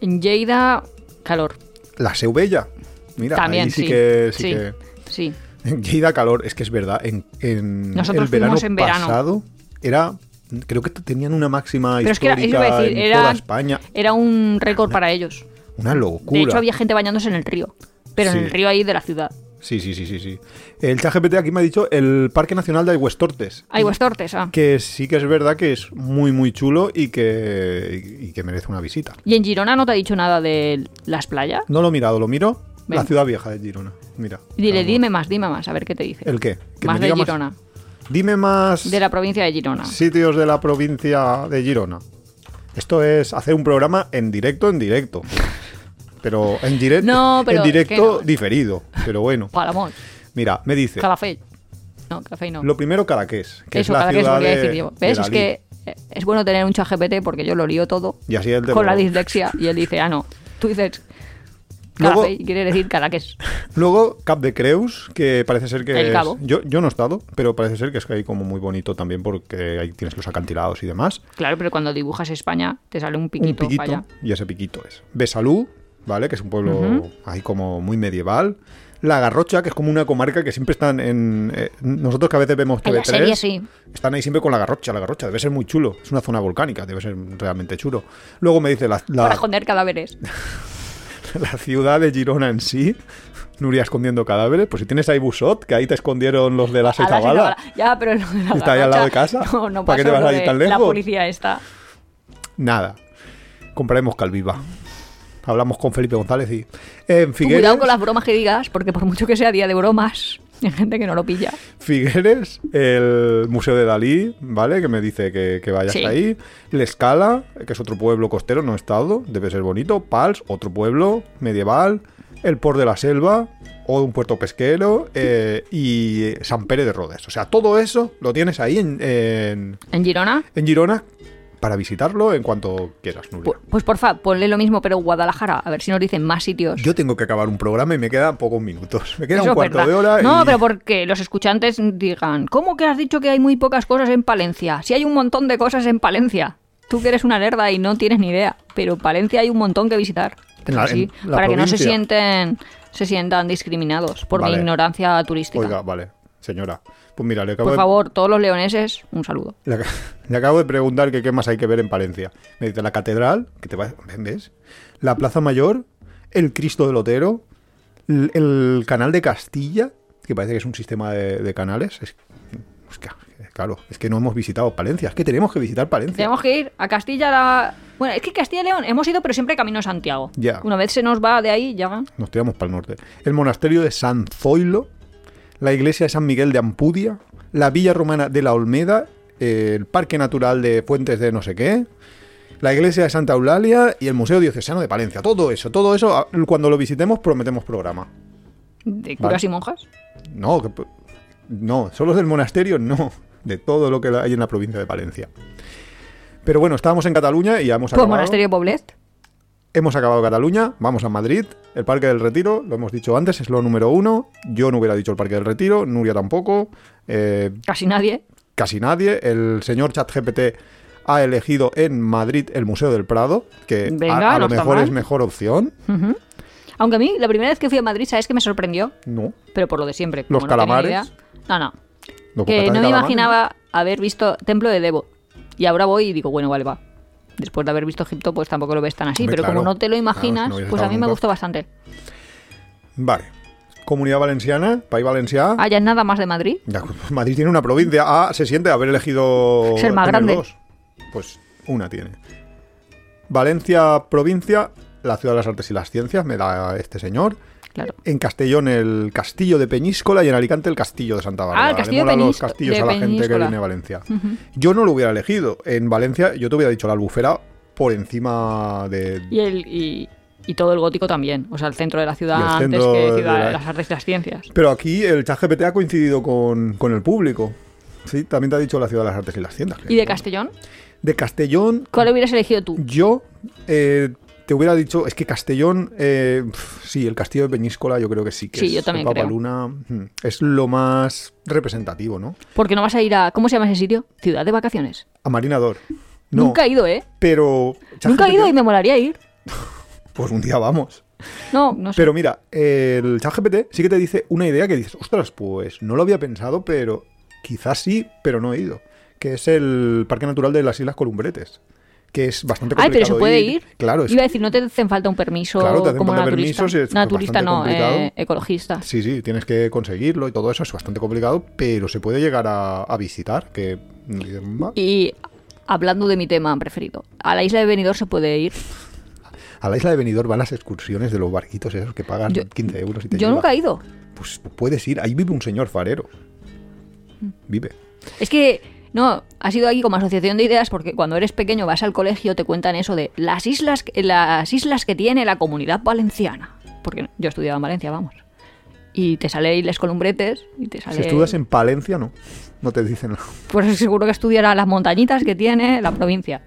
B: En Lleida, calor.
A: la Seubella. Mira,
B: También,
A: ahí sí,
B: sí.
A: que... Sí
B: Sí.
A: que-
B: Sí.
A: En Lleida calor, es que es verdad. En, en
B: Nosotros
A: el verano
B: fuimos en verano.
A: pasado era, creo que tenían una máxima
B: Pero es que
A: histórica
B: era, eso iba a decir,
A: en
B: era,
A: toda España.
B: era un récord para ellos.
A: Una locura.
B: De hecho, había gente bañándose en el río. Pero en
A: Sí.
B: el río ahí de la ciudad.
A: Sí, sí, sí, sí, sí. El ChatGPT aquí me ha dicho el Parque Nacional de Aigüestortes.
B: Hay Huestortes, ah.
A: Que sí que es verdad que es muy, muy chulo y que, y que merece una visita.
B: ¿Y en Girona no te ha dicho nada de las playas?
A: No lo he mirado, lo miro. La
B: Venga.
A: ciudad vieja de Girona. Mira.
B: Dile,
A: Claro.
B: dime más, dime más, a ver qué te dice.
A: ¿El qué? Que
B: más
A: me
B: de
A: diga
B: Girona.
A: Dime más.
B: De la provincia de Girona.
A: sitios de la provincia de Girona. Esto es hacer un programa en directo, en directo. Pero en directo,
B: No, pero
A: en directo
B: que no.
A: diferido. Pero bueno,
B: Palamón,
A: mira, me dice.
B: Calafell. No, Calafell no.
A: Lo primero, Cadaqués, que
B: Eso,
A: es la
B: Calafell es lo
A: ciudad
B: que iba a
A: de,
B: decir yo.
A: de
B: ¿Ves? Es
A: Dalí.
B: que eh, es bueno tener un chat GPT porque yo lo lío todo
A: Y así él te
B: con
A: lo-
B: la dislexia y él dice, ah, no. Tú dices,
A: Luego-
B: Calafell quiere decir Cadaqués.
A: Luego, Cap de Creus, que parece ser que...
B: El
A: es-
B: Cabo.
A: yo, yo no he estado, pero parece ser que es que hay como muy bonito también porque ahí tienes los acantilados y demás.
B: Claro, pero cuando dibujas España te sale un
A: un
B: piquito, para
A: piquito
B: allá.
A: y ese piquito es Besalú, ¿vale? Que es un pueblo ahí como muy medieval. La Garrocha, que es como una comarca que siempre están en... eh, nosotros que a veces vemos
B: En
A: TV3,
B: la serie sí.
A: están ahí siempre con la Garrocha, la Garrocha. Debe ser muy chulo. Es una zona volcánica, debe ser realmente chulo. Luego me dice la, la-
B: Para esconder cadáveres.
A: la ciudad de Girona en sí. Nuria escondiendo cadáveres. Pues si tienes ahí Busot, que ahí te escondieron los de la
B: A la
A: Setabala.
B: Setabala. Ya, pero lo de la
A: Está ahí al lado de
B: Garrocha,
A: casa.
B: No, no
A: ¿Para qué te vas
B: pasó lo
A: a ir
B: de
A: tan
B: La
A: lejos?
B: policía está.
A: Nada. Compraremos Calviva. Hablamos con Felipe González y... En Figueres...
B: Cuidado con las bromas que digas, porque por mucho que sea día de bromas, hay gente que no lo pilla.
A: Figueres, el Museo de Dalí, ¿vale? Que me dice que, que vayas
B: Sí.
A: ahí. L'escala, que es otro pueblo costero, no he estado, debe ser bonito. Pals, otro pueblo medieval. El Por de la Selva, o un puerto pesquero. eh, y San Pérez de Rodes. O sea, todo eso lo tienes ahí en, en-
B: ¿En Girona?
A: en Girona para visitarlo en cuanto quieras, Nuria.
B: Pu- Pues porfa, ponle lo mismo, pero Guadalajara, a ver si nos dicen más sitios.
A: Yo tengo que acabar un programa y me quedan pocos minutos. Me queda
B: Eso
A: un
B: es
A: cuarto
B: verdad.
A: de hora.
B: No,
A: y-
B: pero porque los escuchantes digan, ¿cómo que has dicho que hay muy pocas cosas en Palencia? Si hay un montón de cosas en Palencia. Tú que eres una nerda y no tienes ni idea, pero en Palencia hay un montón que visitar.
A: En la-
B: Así,
A: en la
B: para que no se
A: provincia.
B: sienten se sientan discriminados por
A: Vale.
B: mi ignorancia turística.
A: Oiga, vale, señora. Pues mira, le acabo
B: por
A: de-
B: favor, todos los leoneses, un saludo.
A: Le, ac- le acabo de preguntar que qué más hay que ver en Palencia. Me dice la catedral, que te va, ¿ves? La Plaza Mayor, el Cristo del Otero, l- el, canal de Castilla, que parece que es un sistema de, de canales. Es, es que- claro, es que no hemos visitado Palencia, es que tenemos que visitar Palencia.
B: Tenemos que ir a Castilla la, Bueno, es que Castilla y León hemos ido, pero siempre camino a Santiago.
A: Ya.
B: Una vez se nos va de ahí, ya.
A: Nos tiramos para el norte. El monasterio de San Zoilo, la iglesia de San Miguel de Ampudia, la villa romana de la Olmeda, eh, el parque natural de Fuentes de no sé qué, la iglesia de Santa Eulalia y el Museo Diocesano de Palencia. Todo eso, todo eso, a- cuando lo visitemos prometemos programa.
B: De curas
A: Vale.
B: y monjas.
A: No, que p- no, solo del monasterio no, de todo lo que hay en la provincia de Palencia. Pero bueno, estábamos en Cataluña y ya hemos
B: Pues
A: acabado.
B: monasterio de Poblet.
A: Hemos acabado Cataluña, vamos a Madrid. El Parque del Retiro, lo hemos dicho antes, es lo número uno. Yo no hubiera dicho el Parque del Retiro, Nuria tampoco, eh,
B: Casi nadie.
A: casi nadie. El señor ChatGPT ha elegido en Madrid el Museo del Prado, que a-
B: Venga,
A: a,
B: no
A: lo
B: está
A: mejor
B: mal.
A: es mejor opción.
B: Ujú. Aunque a mí, la primera vez que fui a Madrid, ¿sabes que me sorprendió?
A: No,
B: Pero por lo de siempre.
A: Los
B: como no tenía
A: calamares.
B: idea. No, no.
A: no
B: Que
A: contratan
B: no me
A: calamares.
B: imaginaba haber visto Templo de Debo. Y ahora voy y digo, bueno, vale, va. Después de haber visto Egipto, pues tampoco lo ves tan así.
A: Hombre,
B: pero
A: claro.
B: como no te
A: Claro, si
B: lo
A: no
B: imaginas,
A: hubieses
B: pues a
A: estado
B: mí me
A: nunca.
B: gustó bastante.
A: Vale. Comunidad Valenciana, País Valencià.
B: Ah, ya es nada más de Madrid.
A: Ya, Madrid tiene una provincia. Ah, se siente haber elegido.
B: Ser más
A: tener
B: grande.
A: dos. Pues una tiene. Valencia, provincia, la ciudad de las artes y las ciencias, me da este señor.
B: Claro.
A: En Castellón, el castillo de Peñíscola y en Alicante, el castillo de Santa Bárbara.
B: Ah, el
A: Le
B: castillo
A: mola
B: de
A: los
B: Peñís-
A: castillos
B: de
A: a la gente que
B: Peñíscola.
A: viene a Valencia. Yo no lo hubiera elegido. En Valencia, yo te hubiera dicho la albufera por encima de.
B: Y, el, y, y todo el gótico también. O sea, el centro de la
A: Y el
B: ciudad antes
A: centro
B: que
A: de
B: ciudad,
A: la-
B: las artes y las ciencias.
A: Pero aquí el chat GPT ha coincidido con, con el público. Sí, también te ha dicho la ciudad de las artes y las ciencias.
B: ¿Y de Castellón?
A: De Castellón,
B: ¿Cuál hubieras elegido tú?
A: Yo eh, te hubiera dicho, es que Castellón, eh, pf, sí, el castillo de Peñíscola, yo creo que sí que
B: Sí,
A: es
B: yo también
A: de
B: creo.
A: Papaluna, mm, es lo más representativo, ¿no?
B: Porque no vas a ir a. ¿Cómo se llama ese sitio? Ciudad de vacaciones.
A: A Marinador. No,
B: Nunca he ido, ¿eh?
A: pero
B: Nunca he ido y me molaría ir.
A: pues un día vamos.
B: No, no sé.
A: Pero mira, el ChatGPT sí que te dice una idea que dices, ostras, pues no lo había pensado, pero quizás sí, pero no he ido. Que es el Parque Natural de las Islas Columbretes. Que es bastante
B: Ay,
A: complicado.
B: pero se puede ir.
A: Claro, es
B: Iba a decir, no te hacen falta un permiso
A: Claro, te hacen
B: como
A: falta
B: naturista.
A: permisos y es
B: naturista
A: bastante
B: no,
A: complicado.
B: eh, ecologista.
A: Sí, sí, tienes que conseguirlo y todo eso es bastante complicado, pero se puede llegar a, a visitar, que...
B: Y hablando de mi tema preferido, a la isla de Benidorm se puede ir.
A: A la isla de Benidorm van las excursiones de los barquitos esos que pagan
B: Yo-
A: 15 euros y te
B: Yo
A: lleva.
B: nunca he ido.
A: Pues puedes ir, ahí vive un señor farero.
B: Mm.
A: Vive.
B: Es que, no, ha sido aquí como asociación de ideas porque cuando eres pequeño vas al colegio te cuentan eso de las islas, las islas que tiene la comunidad valenciana. Porque yo estudiaba en Valencia, vamos. Y te sale Islas Columbretes y te sale...
A: Si estudias en Palencia, no. No te dicen nada.
B: Pues seguro que estudiará las montañitas que tiene la provincia.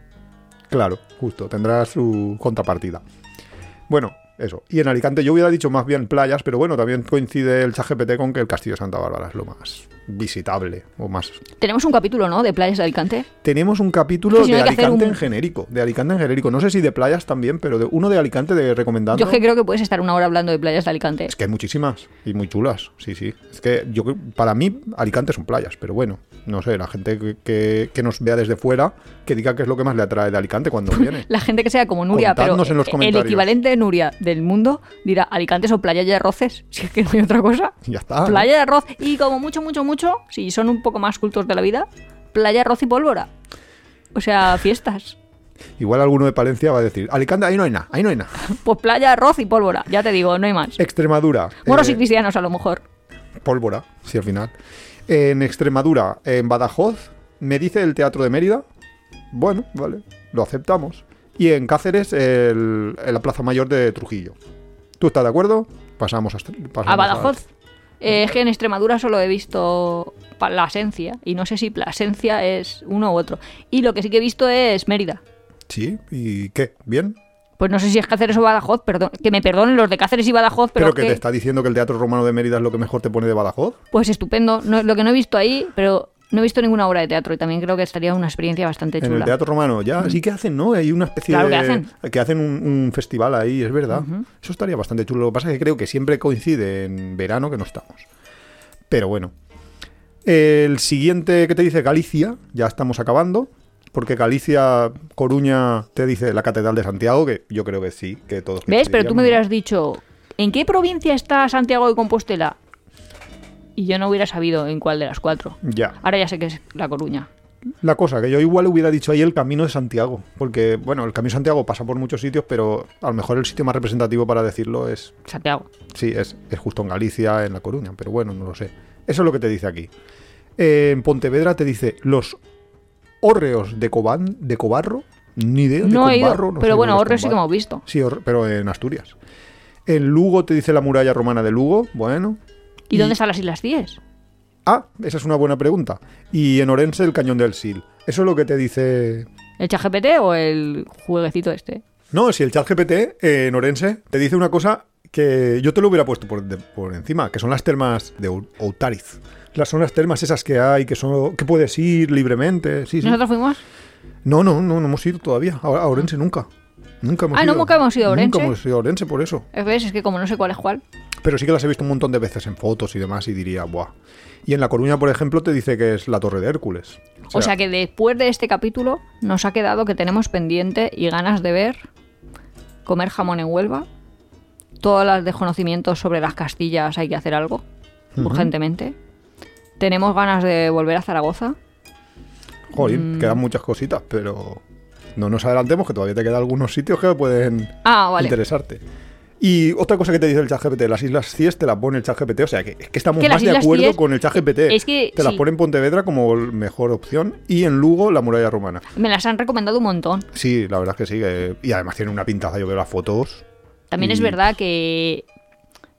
A: Claro, justo, tendrá su contrapartida. Bueno, eso. Y en Alicante yo hubiera dicho más bien playas, pero bueno, también coincide el ChatGPT con que el Castillo de Santa Bárbara es lo más visitable o más
B: Tenemos un capítulo, ¿no? De playas de Alicante.
A: tenemos un capítulo
B: Es que si no
A: de
B: hay que hacer
A: Alicante
B: un-
A: en genérico. De Alicante en genérico. No sé si de playas también, pero de uno de Alicante de recomendando.
B: Yo es que creo que puedes estar una hora hablando de playas de Alicante.
A: Es que hay muchísimas y muy chulas. Sí, sí. Es que yo creo- para mí Alicante son playas, pero bueno, no sé, la gente que, que- que nos vea desde fuera, que diga qué es lo que más le atrae de Alicante cuando viene.
B: La gente que sea como Nuria, pero
A: Contadnos en los
B: el
A: comentarios.
B: equivalente de Nuria del mundo dirá Alicante son playas de arroces, si es que no hay otra cosa.
A: Ya está. ¿no?
B: Playa de arroz y como mucho, mucho, mucho, si son un poco más cultos de la vida, playa, arroz y pólvora. O sea, fiestas.
A: Igual alguno de Palencia va a decir, Alicante, ahí no hay nada, ahí no hay nada.
B: Pues playa, arroz y pólvora, ya te digo, no hay más.
A: Extremadura.
B: Moros
A: eh,
B: y cristianos a lo mejor.
A: pólvora, si al final. En Extremadura, en Badajoz, me dice el Teatro de Mérida. Bueno, vale, lo aceptamos. Y en Cáceres, el, en la Plaza Mayor de Trujillo. ¿Tú estás de acuerdo? Pasamos a, pasamos
B: A Badajoz. Eh, es que en Extremadura solo he visto Plasencia y no sé si Plasencia es uno u otro. Y lo que sí que he visto es Mérida.
A: Sí, ¿y qué? ¿Bien?
B: Pues no sé si es Cáceres o Badajoz, perdón, que me perdonen los de Cáceres y Badajoz, pero,
A: ¿Pero,
B: es
A: que
B: que-
A: te está diciendo que el Teatro Romano de Mérida es lo que mejor te pone de Badajoz?
B: pues estupendo. No- lo que no he visto ahí, pero no he visto ninguna obra de teatro y también creo que estaría una experiencia bastante
A: En el
B: chula. Mm.
A: Teatro Romano, ya, sí que hacen, ¿no? Hay una especie
B: Claro
A: de...
B: que hacen.
A: que hacen un, un festival ahí, es verdad. Eso estaría bastante chulo. Lo que pasa es que creo que siempre coincide en verano que no estamos. Pero bueno. El siguiente que te dice Galicia, ya estamos acabando. Porque Galicia, Coruña, te dice la Catedral de Santiago, que yo creo que sí, que todos...
B: ¿Ves? Pero tú me
A: coincidiríamos.
B: hubieras dicho, ¿en qué provincia está Santiago de Compostela? Y yo no hubiera sabido en cuál de las cuatro.
A: Ya.
B: Ahora ya sé que es La Coruña.
A: la cosa, que yo igual hubiera dicho ahí el Camino de Santiago, porque, bueno, el Camino de Santiago pasa por muchos sitios, pero a lo mejor el sitio más representativo para decirlo es,
B: Santiago.
A: sí, es, es justo en Galicia, en La Coruña, pero bueno, no lo sé. Eso es lo que te dice aquí. Eh, en Pontevedra te dice los hórreos de, Cobán, de Cobarro, ni idea de
B: No he ido,
A: Cobarro, no sé
B: pero
A: dónde
B: bueno,
A: está
B: Orre sí que
A: Cobarro.
B: hemos visto.
A: Sí, Orre- pero en Asturias. En Lugo te dice la muralla romana de Lugo, bueno.
B: ¿Y, dónde están las Islas 10?
A: Ah, esa es una buena pregunta. Y en Orense el cañón del Sil. Eso es lo que te dice
B: ¿El ChatGPT o el jueguecito este?
A: No, si el chat GPT eh, en Orense te dice una cosa que yo te lo hubiera puesto por, de- por encima, que son las termas de Ou- Outariz. Las son las termas esas que hay, que son que puedes ir libremente. Sí, sí.
B: ¿Nosotros fuimos?
A: No, no, no, no hemos ido todavía. A, a Orense nunca. Nunca hemos
B: Ah,
A: ido.
B: nunca hemos ido a Orense.
A: Nunca hemos ido a Orense por eso.
B: Es que- es que como no sé cuál es cuál.
A: Pero sí que las he visto un montón de veces en fotos y demás y diría, buah. Y en La Coruña, por ejemplo, te dice que es la Torre de Hércules.
B: O sea que después de este capítulo nos ha quedado que tenemos pendiente y ganas de ver comer jamón en Huelva. Todas las desconocimientos sobre las Castillas hay que hacer algo urgentemente. Tenemos ganas de volver a Zaragoza. mm.
A: Jolín, quedan muchas cositas, pero no nos adelantemos que todavía te quedan algunos sitios que pueden
B: Ah, vale.
A: interesarte. Y otra cosa que te dice el ChatGPT, las Islas CIES te las pone el ChatGPT, o sea que es que estamos
B: Que las
A: más de
B: Islas
A: acuerdo
B: Cíes-
A: con el ChatGPT.
B: es que
A: te las
B: sí.
A: pone en Pontevedra como el- mejor opción y en Lugo la muralla romana.
B: Me las han recomendado un montón.
A: Sí, la verdad es que sí, que- y además tiene una pintaza, yo veo las fotos.
B: También es
A: Y-
B: verdad que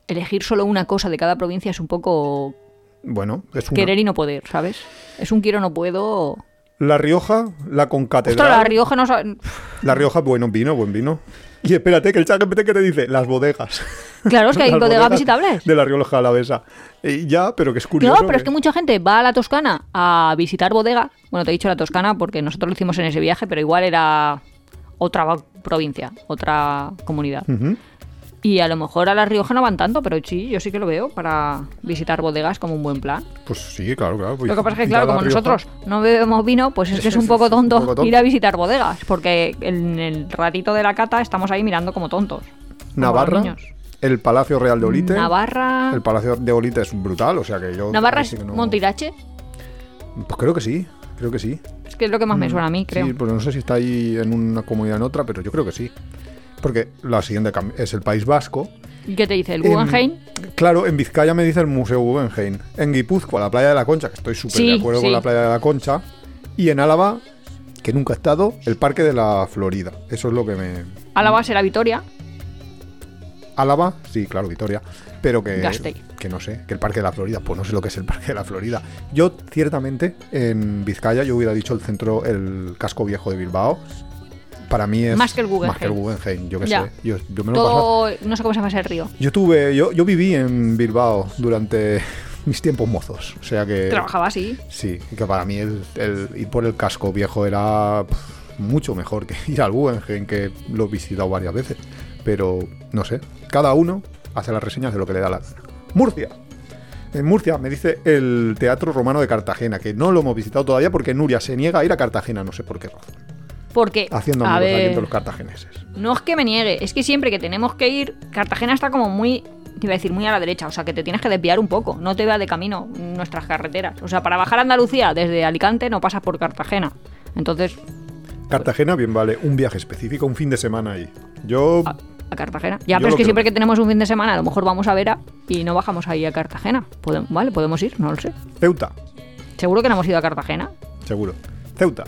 B: elegir solo una cosa de cada provincia es un poco
A: Bueno, es una-
B: querer y no poder, ¿sabes? Es un quiero no puedo.
A: La Rioja, la
B: Ostras,
A: Concatedral.
B: la Rioja no sabe-
A: La Rioja, bueno, vino, buen vino. Y espérate, que el ChatGPT que te dice, las bodegas.
B: Claro, es que hay
A: Las
B: bodegas
A: bodegas
B: visitables.
A: De la Rioja Alavesa. Y ya, pero que es curioso.
B: Claro, pero es
A: ¿eh?
B: que mucha gente va a la Toscana a visitar bodega. Bueno, te he dicho la Toscana porque nosotros lo hicimos en ese viaje, pero igual era otra va- provincia, otra comunidad.
A: Ujú.
B: Y a lo mejor a La Rioja no van tanto, pero sí, yo sí que lo veo para visitar bodegas como un buen plan.
A: Pues sí, claro, claro. pues
B: Lo que pasa es que,
A: ir a
B: claro,
A: La
B: como
A: Rioja.
B: nosotros no bebemos vino, pues es que es un poco
A: Un poco
B: tonto
A: tonto.
B: ir a visitar bodegas, porque en el ratito de la cata estamos ahí mirando como tontos. como los
A: Navarra,
B: niños.
A: el Palacio Real de Olite.
B: Navarra.
A: El Palacio de Olite es brutal, o sea que yo.
B: Navarra
A: ahí sí
B: es
A: que no-
B: Montirache,
A: Pues creo que sí, creo que sí.
B: es que es lo que más me suena a mí, creo.
A: Mm, Sí, pero no sé si está ahí en una comunidad en otra, pero yo creo que sí. Porque la siguiente cam- es el País Vasco.
B: ¿Y qué te dice? ¿El
A: Em,
B: Guggenheim?
A: En- claro, en Vizcaya me dice el Museo Guggenheim. En Guipúzcoa, la Playa de la Concha, que estoy súper
B: Sí,
A: de acuerdo
B: sí.
A: con la Playa de la Concha. Y en Álava, que nunca he estado, el Parque de la Florida. Eso es lo que me,
B: Álava
A: mm,
B: será Vitoria.
A: Álava, sí, claro, Vitoria, pero que,
B: Gasteiz.
A: que no sé, que el Parque de la Florida, pues no sé lo que es el Parque de la Florida. Yo, ciertamente, en Vizcaya yo hubiera dicho el centro, el casco viejo de Bilbao, para mí es...
B: Más que el Guggenheim.
A: Más que el Guggenheim, yo qué
B: Ya.
A: sé. Yo, yo me lo he pasado.
B: Todo, no sé cómo se llama ese río.
A: Yo tuve, yo, yo viví en Bilbao durante mis tiempos mozos, o sea que...
B: Trabajaba así.
A: Sí, que para mí el, el ir por el casco viejo era pf, mucho mejor que ir al Guggenheim, que lo he visitado varias veces. Pero no sé, cada uno hace las reseñas de lo que le da la gana. Murcia. En Murcia me dice el Teatro Romano de Cartagena, que no lo hemos visitado todavía porque Nuria se niega a ir a Cartagena, no sé por qué razón.
B: Porque,
A: Haciendo
B: a
A: amigos de
B: ver,
A: los cartageneses.
B: no es que me niegue, es que siempre que tenemos que ir, Cartagena está como muy, te iba a decir, muy a la derecha. O sea, que te tienes que desviar un poco. No te va de camino nuestras carreteras. O sea, para bajar a Andalucía desde Alicante no pasas por Cartagena. Entonces,
A: Cartagena, bien vale, un viaje específico, un fin de semana ahí. Yo
B: a, a Cartagena.
A: Yo
B: Ya, pero es
A: lo
B: que
A: creo
B: siempre
A: que-
B: que tenemos un fin de semana, a lo mejor vamos a Vera y no bajamos ahí a Cartagena. Podem- vale, podemos ir, no lo sé.
A: Ceuta,
B: Seguro que no hemos ido a Cartagena.
A: seguro. Ceuta,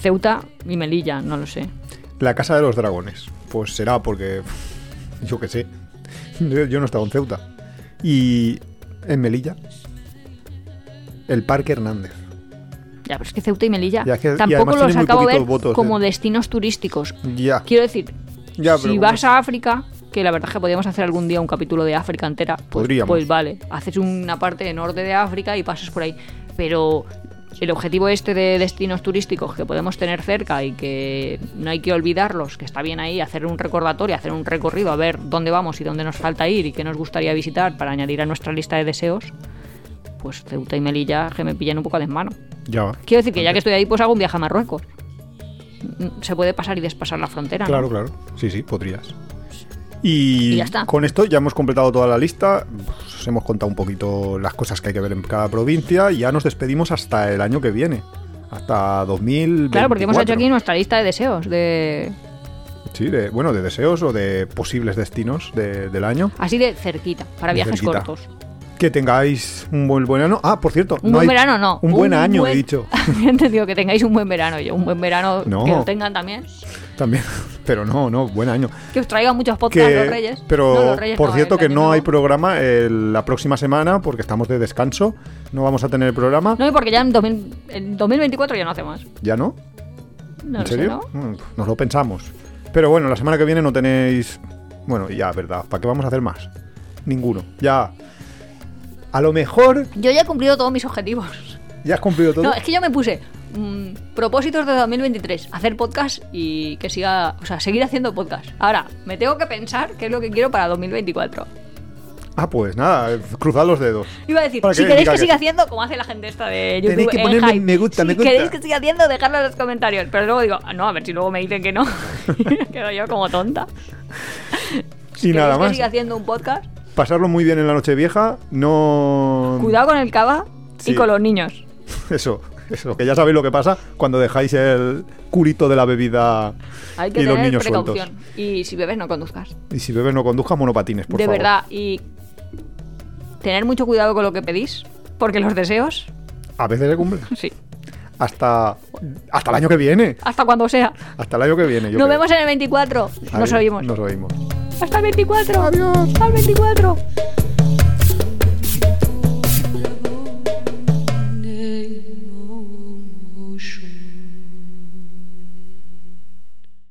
B: Ceuta y Melilla, no lo sé.
A: La Casa de los Dragones. Pues será porque. Yo qué sé. Yo, yo no estaba en Ceuta. Y. En Melilla. El Parque Hernández.
B: Ya, pero es que Ceuta y Melilla
A: Ya, es que- y
B: tampoco
A: además
B: los
A: tiene muy
B: acabo de ver
A: poquitos votos,
B: como
A: eh.
B: destinos turísticos.
A: Ya.
B: Quiero decir,
A: Ya, pero
B: si
A: como-
B: vas a África, que la verdad es que podríamos hacer algún día un capítulo de África entera, pues,
A: Podríamos.
B: pues vale, haces una parte de norte de África y pasas por ahí. Pero el objetivo este de destinos turísticos que podemos tener cerca y que no hay que olvidarlos, que está bien ahí hacer un recordatorio, hacer un recorrido, a ver dónde vamos y dónde nos falta ir y qué nos gustaría visitar para añadir a nuestra lista de deseos, pues Ceuta y Melilla que me pillan un poco a desmano.
A: Ya va.
B: Quiero decir que ya que estoy ahí, pues hago un viaje a Marruecos. Mm, Se puede pasar y despasar la frontera. ¿no?
A: Claro, claro. Sí, sí, podrías. Y,
B: Y ya está.
A: con esto ya hemos completado toda la lista. Pues Os hemos contado un poquito las cosas que hay que ver en cada provincia. Y ya nos despedimos hasta el año que viene. Hasta 2000.
B: Claro, porque hemos hecho aquí nuestra lista de deseos. de
A: Sí, de, bueno, de deseos o de posibles destinos de- del año.
B: Así de cerquita, para
A: De
B: viajes
A: cerquita.
B: cortos.
A: Que tengáis un buen verano. Ah, por cierto.
B: Un
A: no
B: buen
A: hay-
B: verano no.
A: Un buen año,
B: buen-
A: he dicho.
B: Había entendido que tengáis un buen verano yo. Un buen verano
A: No.
B: que lo tengan también.
A: También. Pero no, no, buen año.
B: Que os traigan muchos podcasts
A: Que-
B: los Reyes.
A: Pero,
B: No, los Reyes
A: por
B: no,
A: cierto,
B: el
A: que
B: año
A: no
B: nuevo.
A: hay programa eh, la próxima semana porque estamos de descanso. No vamos a tener programa.
B: No, y porque ya en, 2000 en 2024 ya no hace más.
A: ¿Ya no?
B: No
A: ¿En
B: lo
A: serio?
B: Sé, ¿no?
A: Mm, Nos lo pensamos. Pero bueno, la semana que viene no tenéis. Bueno, ya, ¿verdad? ¿Para qué vamos a hacer más? Ninguno. Ya. A lo mejor
B: Yo ya he cumplido todos mis objetivos.
A: ya has cumplido todo.
B: No, es que yo me puse mm, propósitos de 2023, hacer podcast y que siga, o sea, seguir haciendo podcast. Ahora, me tengo que pensar qué es lo que quiero para 2024.
A: Ah, pues nada, eh, cruzad los dedos.
B: Iba a decir,
A: Para
B: si
A: que
B: queréis
A: diga
B: que
A: que
B: siga
A: sí.
B: haciendo, como hace la gente esta de YouTube.
A: Tenéis que
B: en
A: ponerle
B: hype.
A: me gusta,
B: si
A: me gusta.
B: queréis que siga haciendo, dejadlo en los comentarios. Pero luego digo, "Ah, no, a ver si luego me dicen que no. Quedo yo como tonta.
A: Y nada
B: ¿Queréis que
A: más.
B: siga haciendo un podcast?
A: Pasarlo muy bien en la noche vieja. No.
B: Cuidado con el cava y
A: Sí.
B: con los niños.
A: Eso, eso, que ya sabéis lo que pasa cuando dejáis el curito de la bebida
B: Hay que
A: y los
B: tener
A: niños
B: precaución.
A: sueltos.
B: Y si bebes, no conduzcas.
A: Y si bebes no conduzcas monopatines, por
B: de
A: favor.
B: verdad. Y tener mucho cuidado con lo que pedís, porque los deseos,
A: A veces se cumple.
B: sí.
A: Hasta, hasta el año que viene.
B: Hasta cuando sea.
A: Hasta el año que viene. yo
B: Nos
A: creo.
B: vemos en el 24. Nos
A: Adiós.
B: oímos.
A: Nos oímos.
B: Hasta el 24.
A: Adiós.
B: Hasta el 24.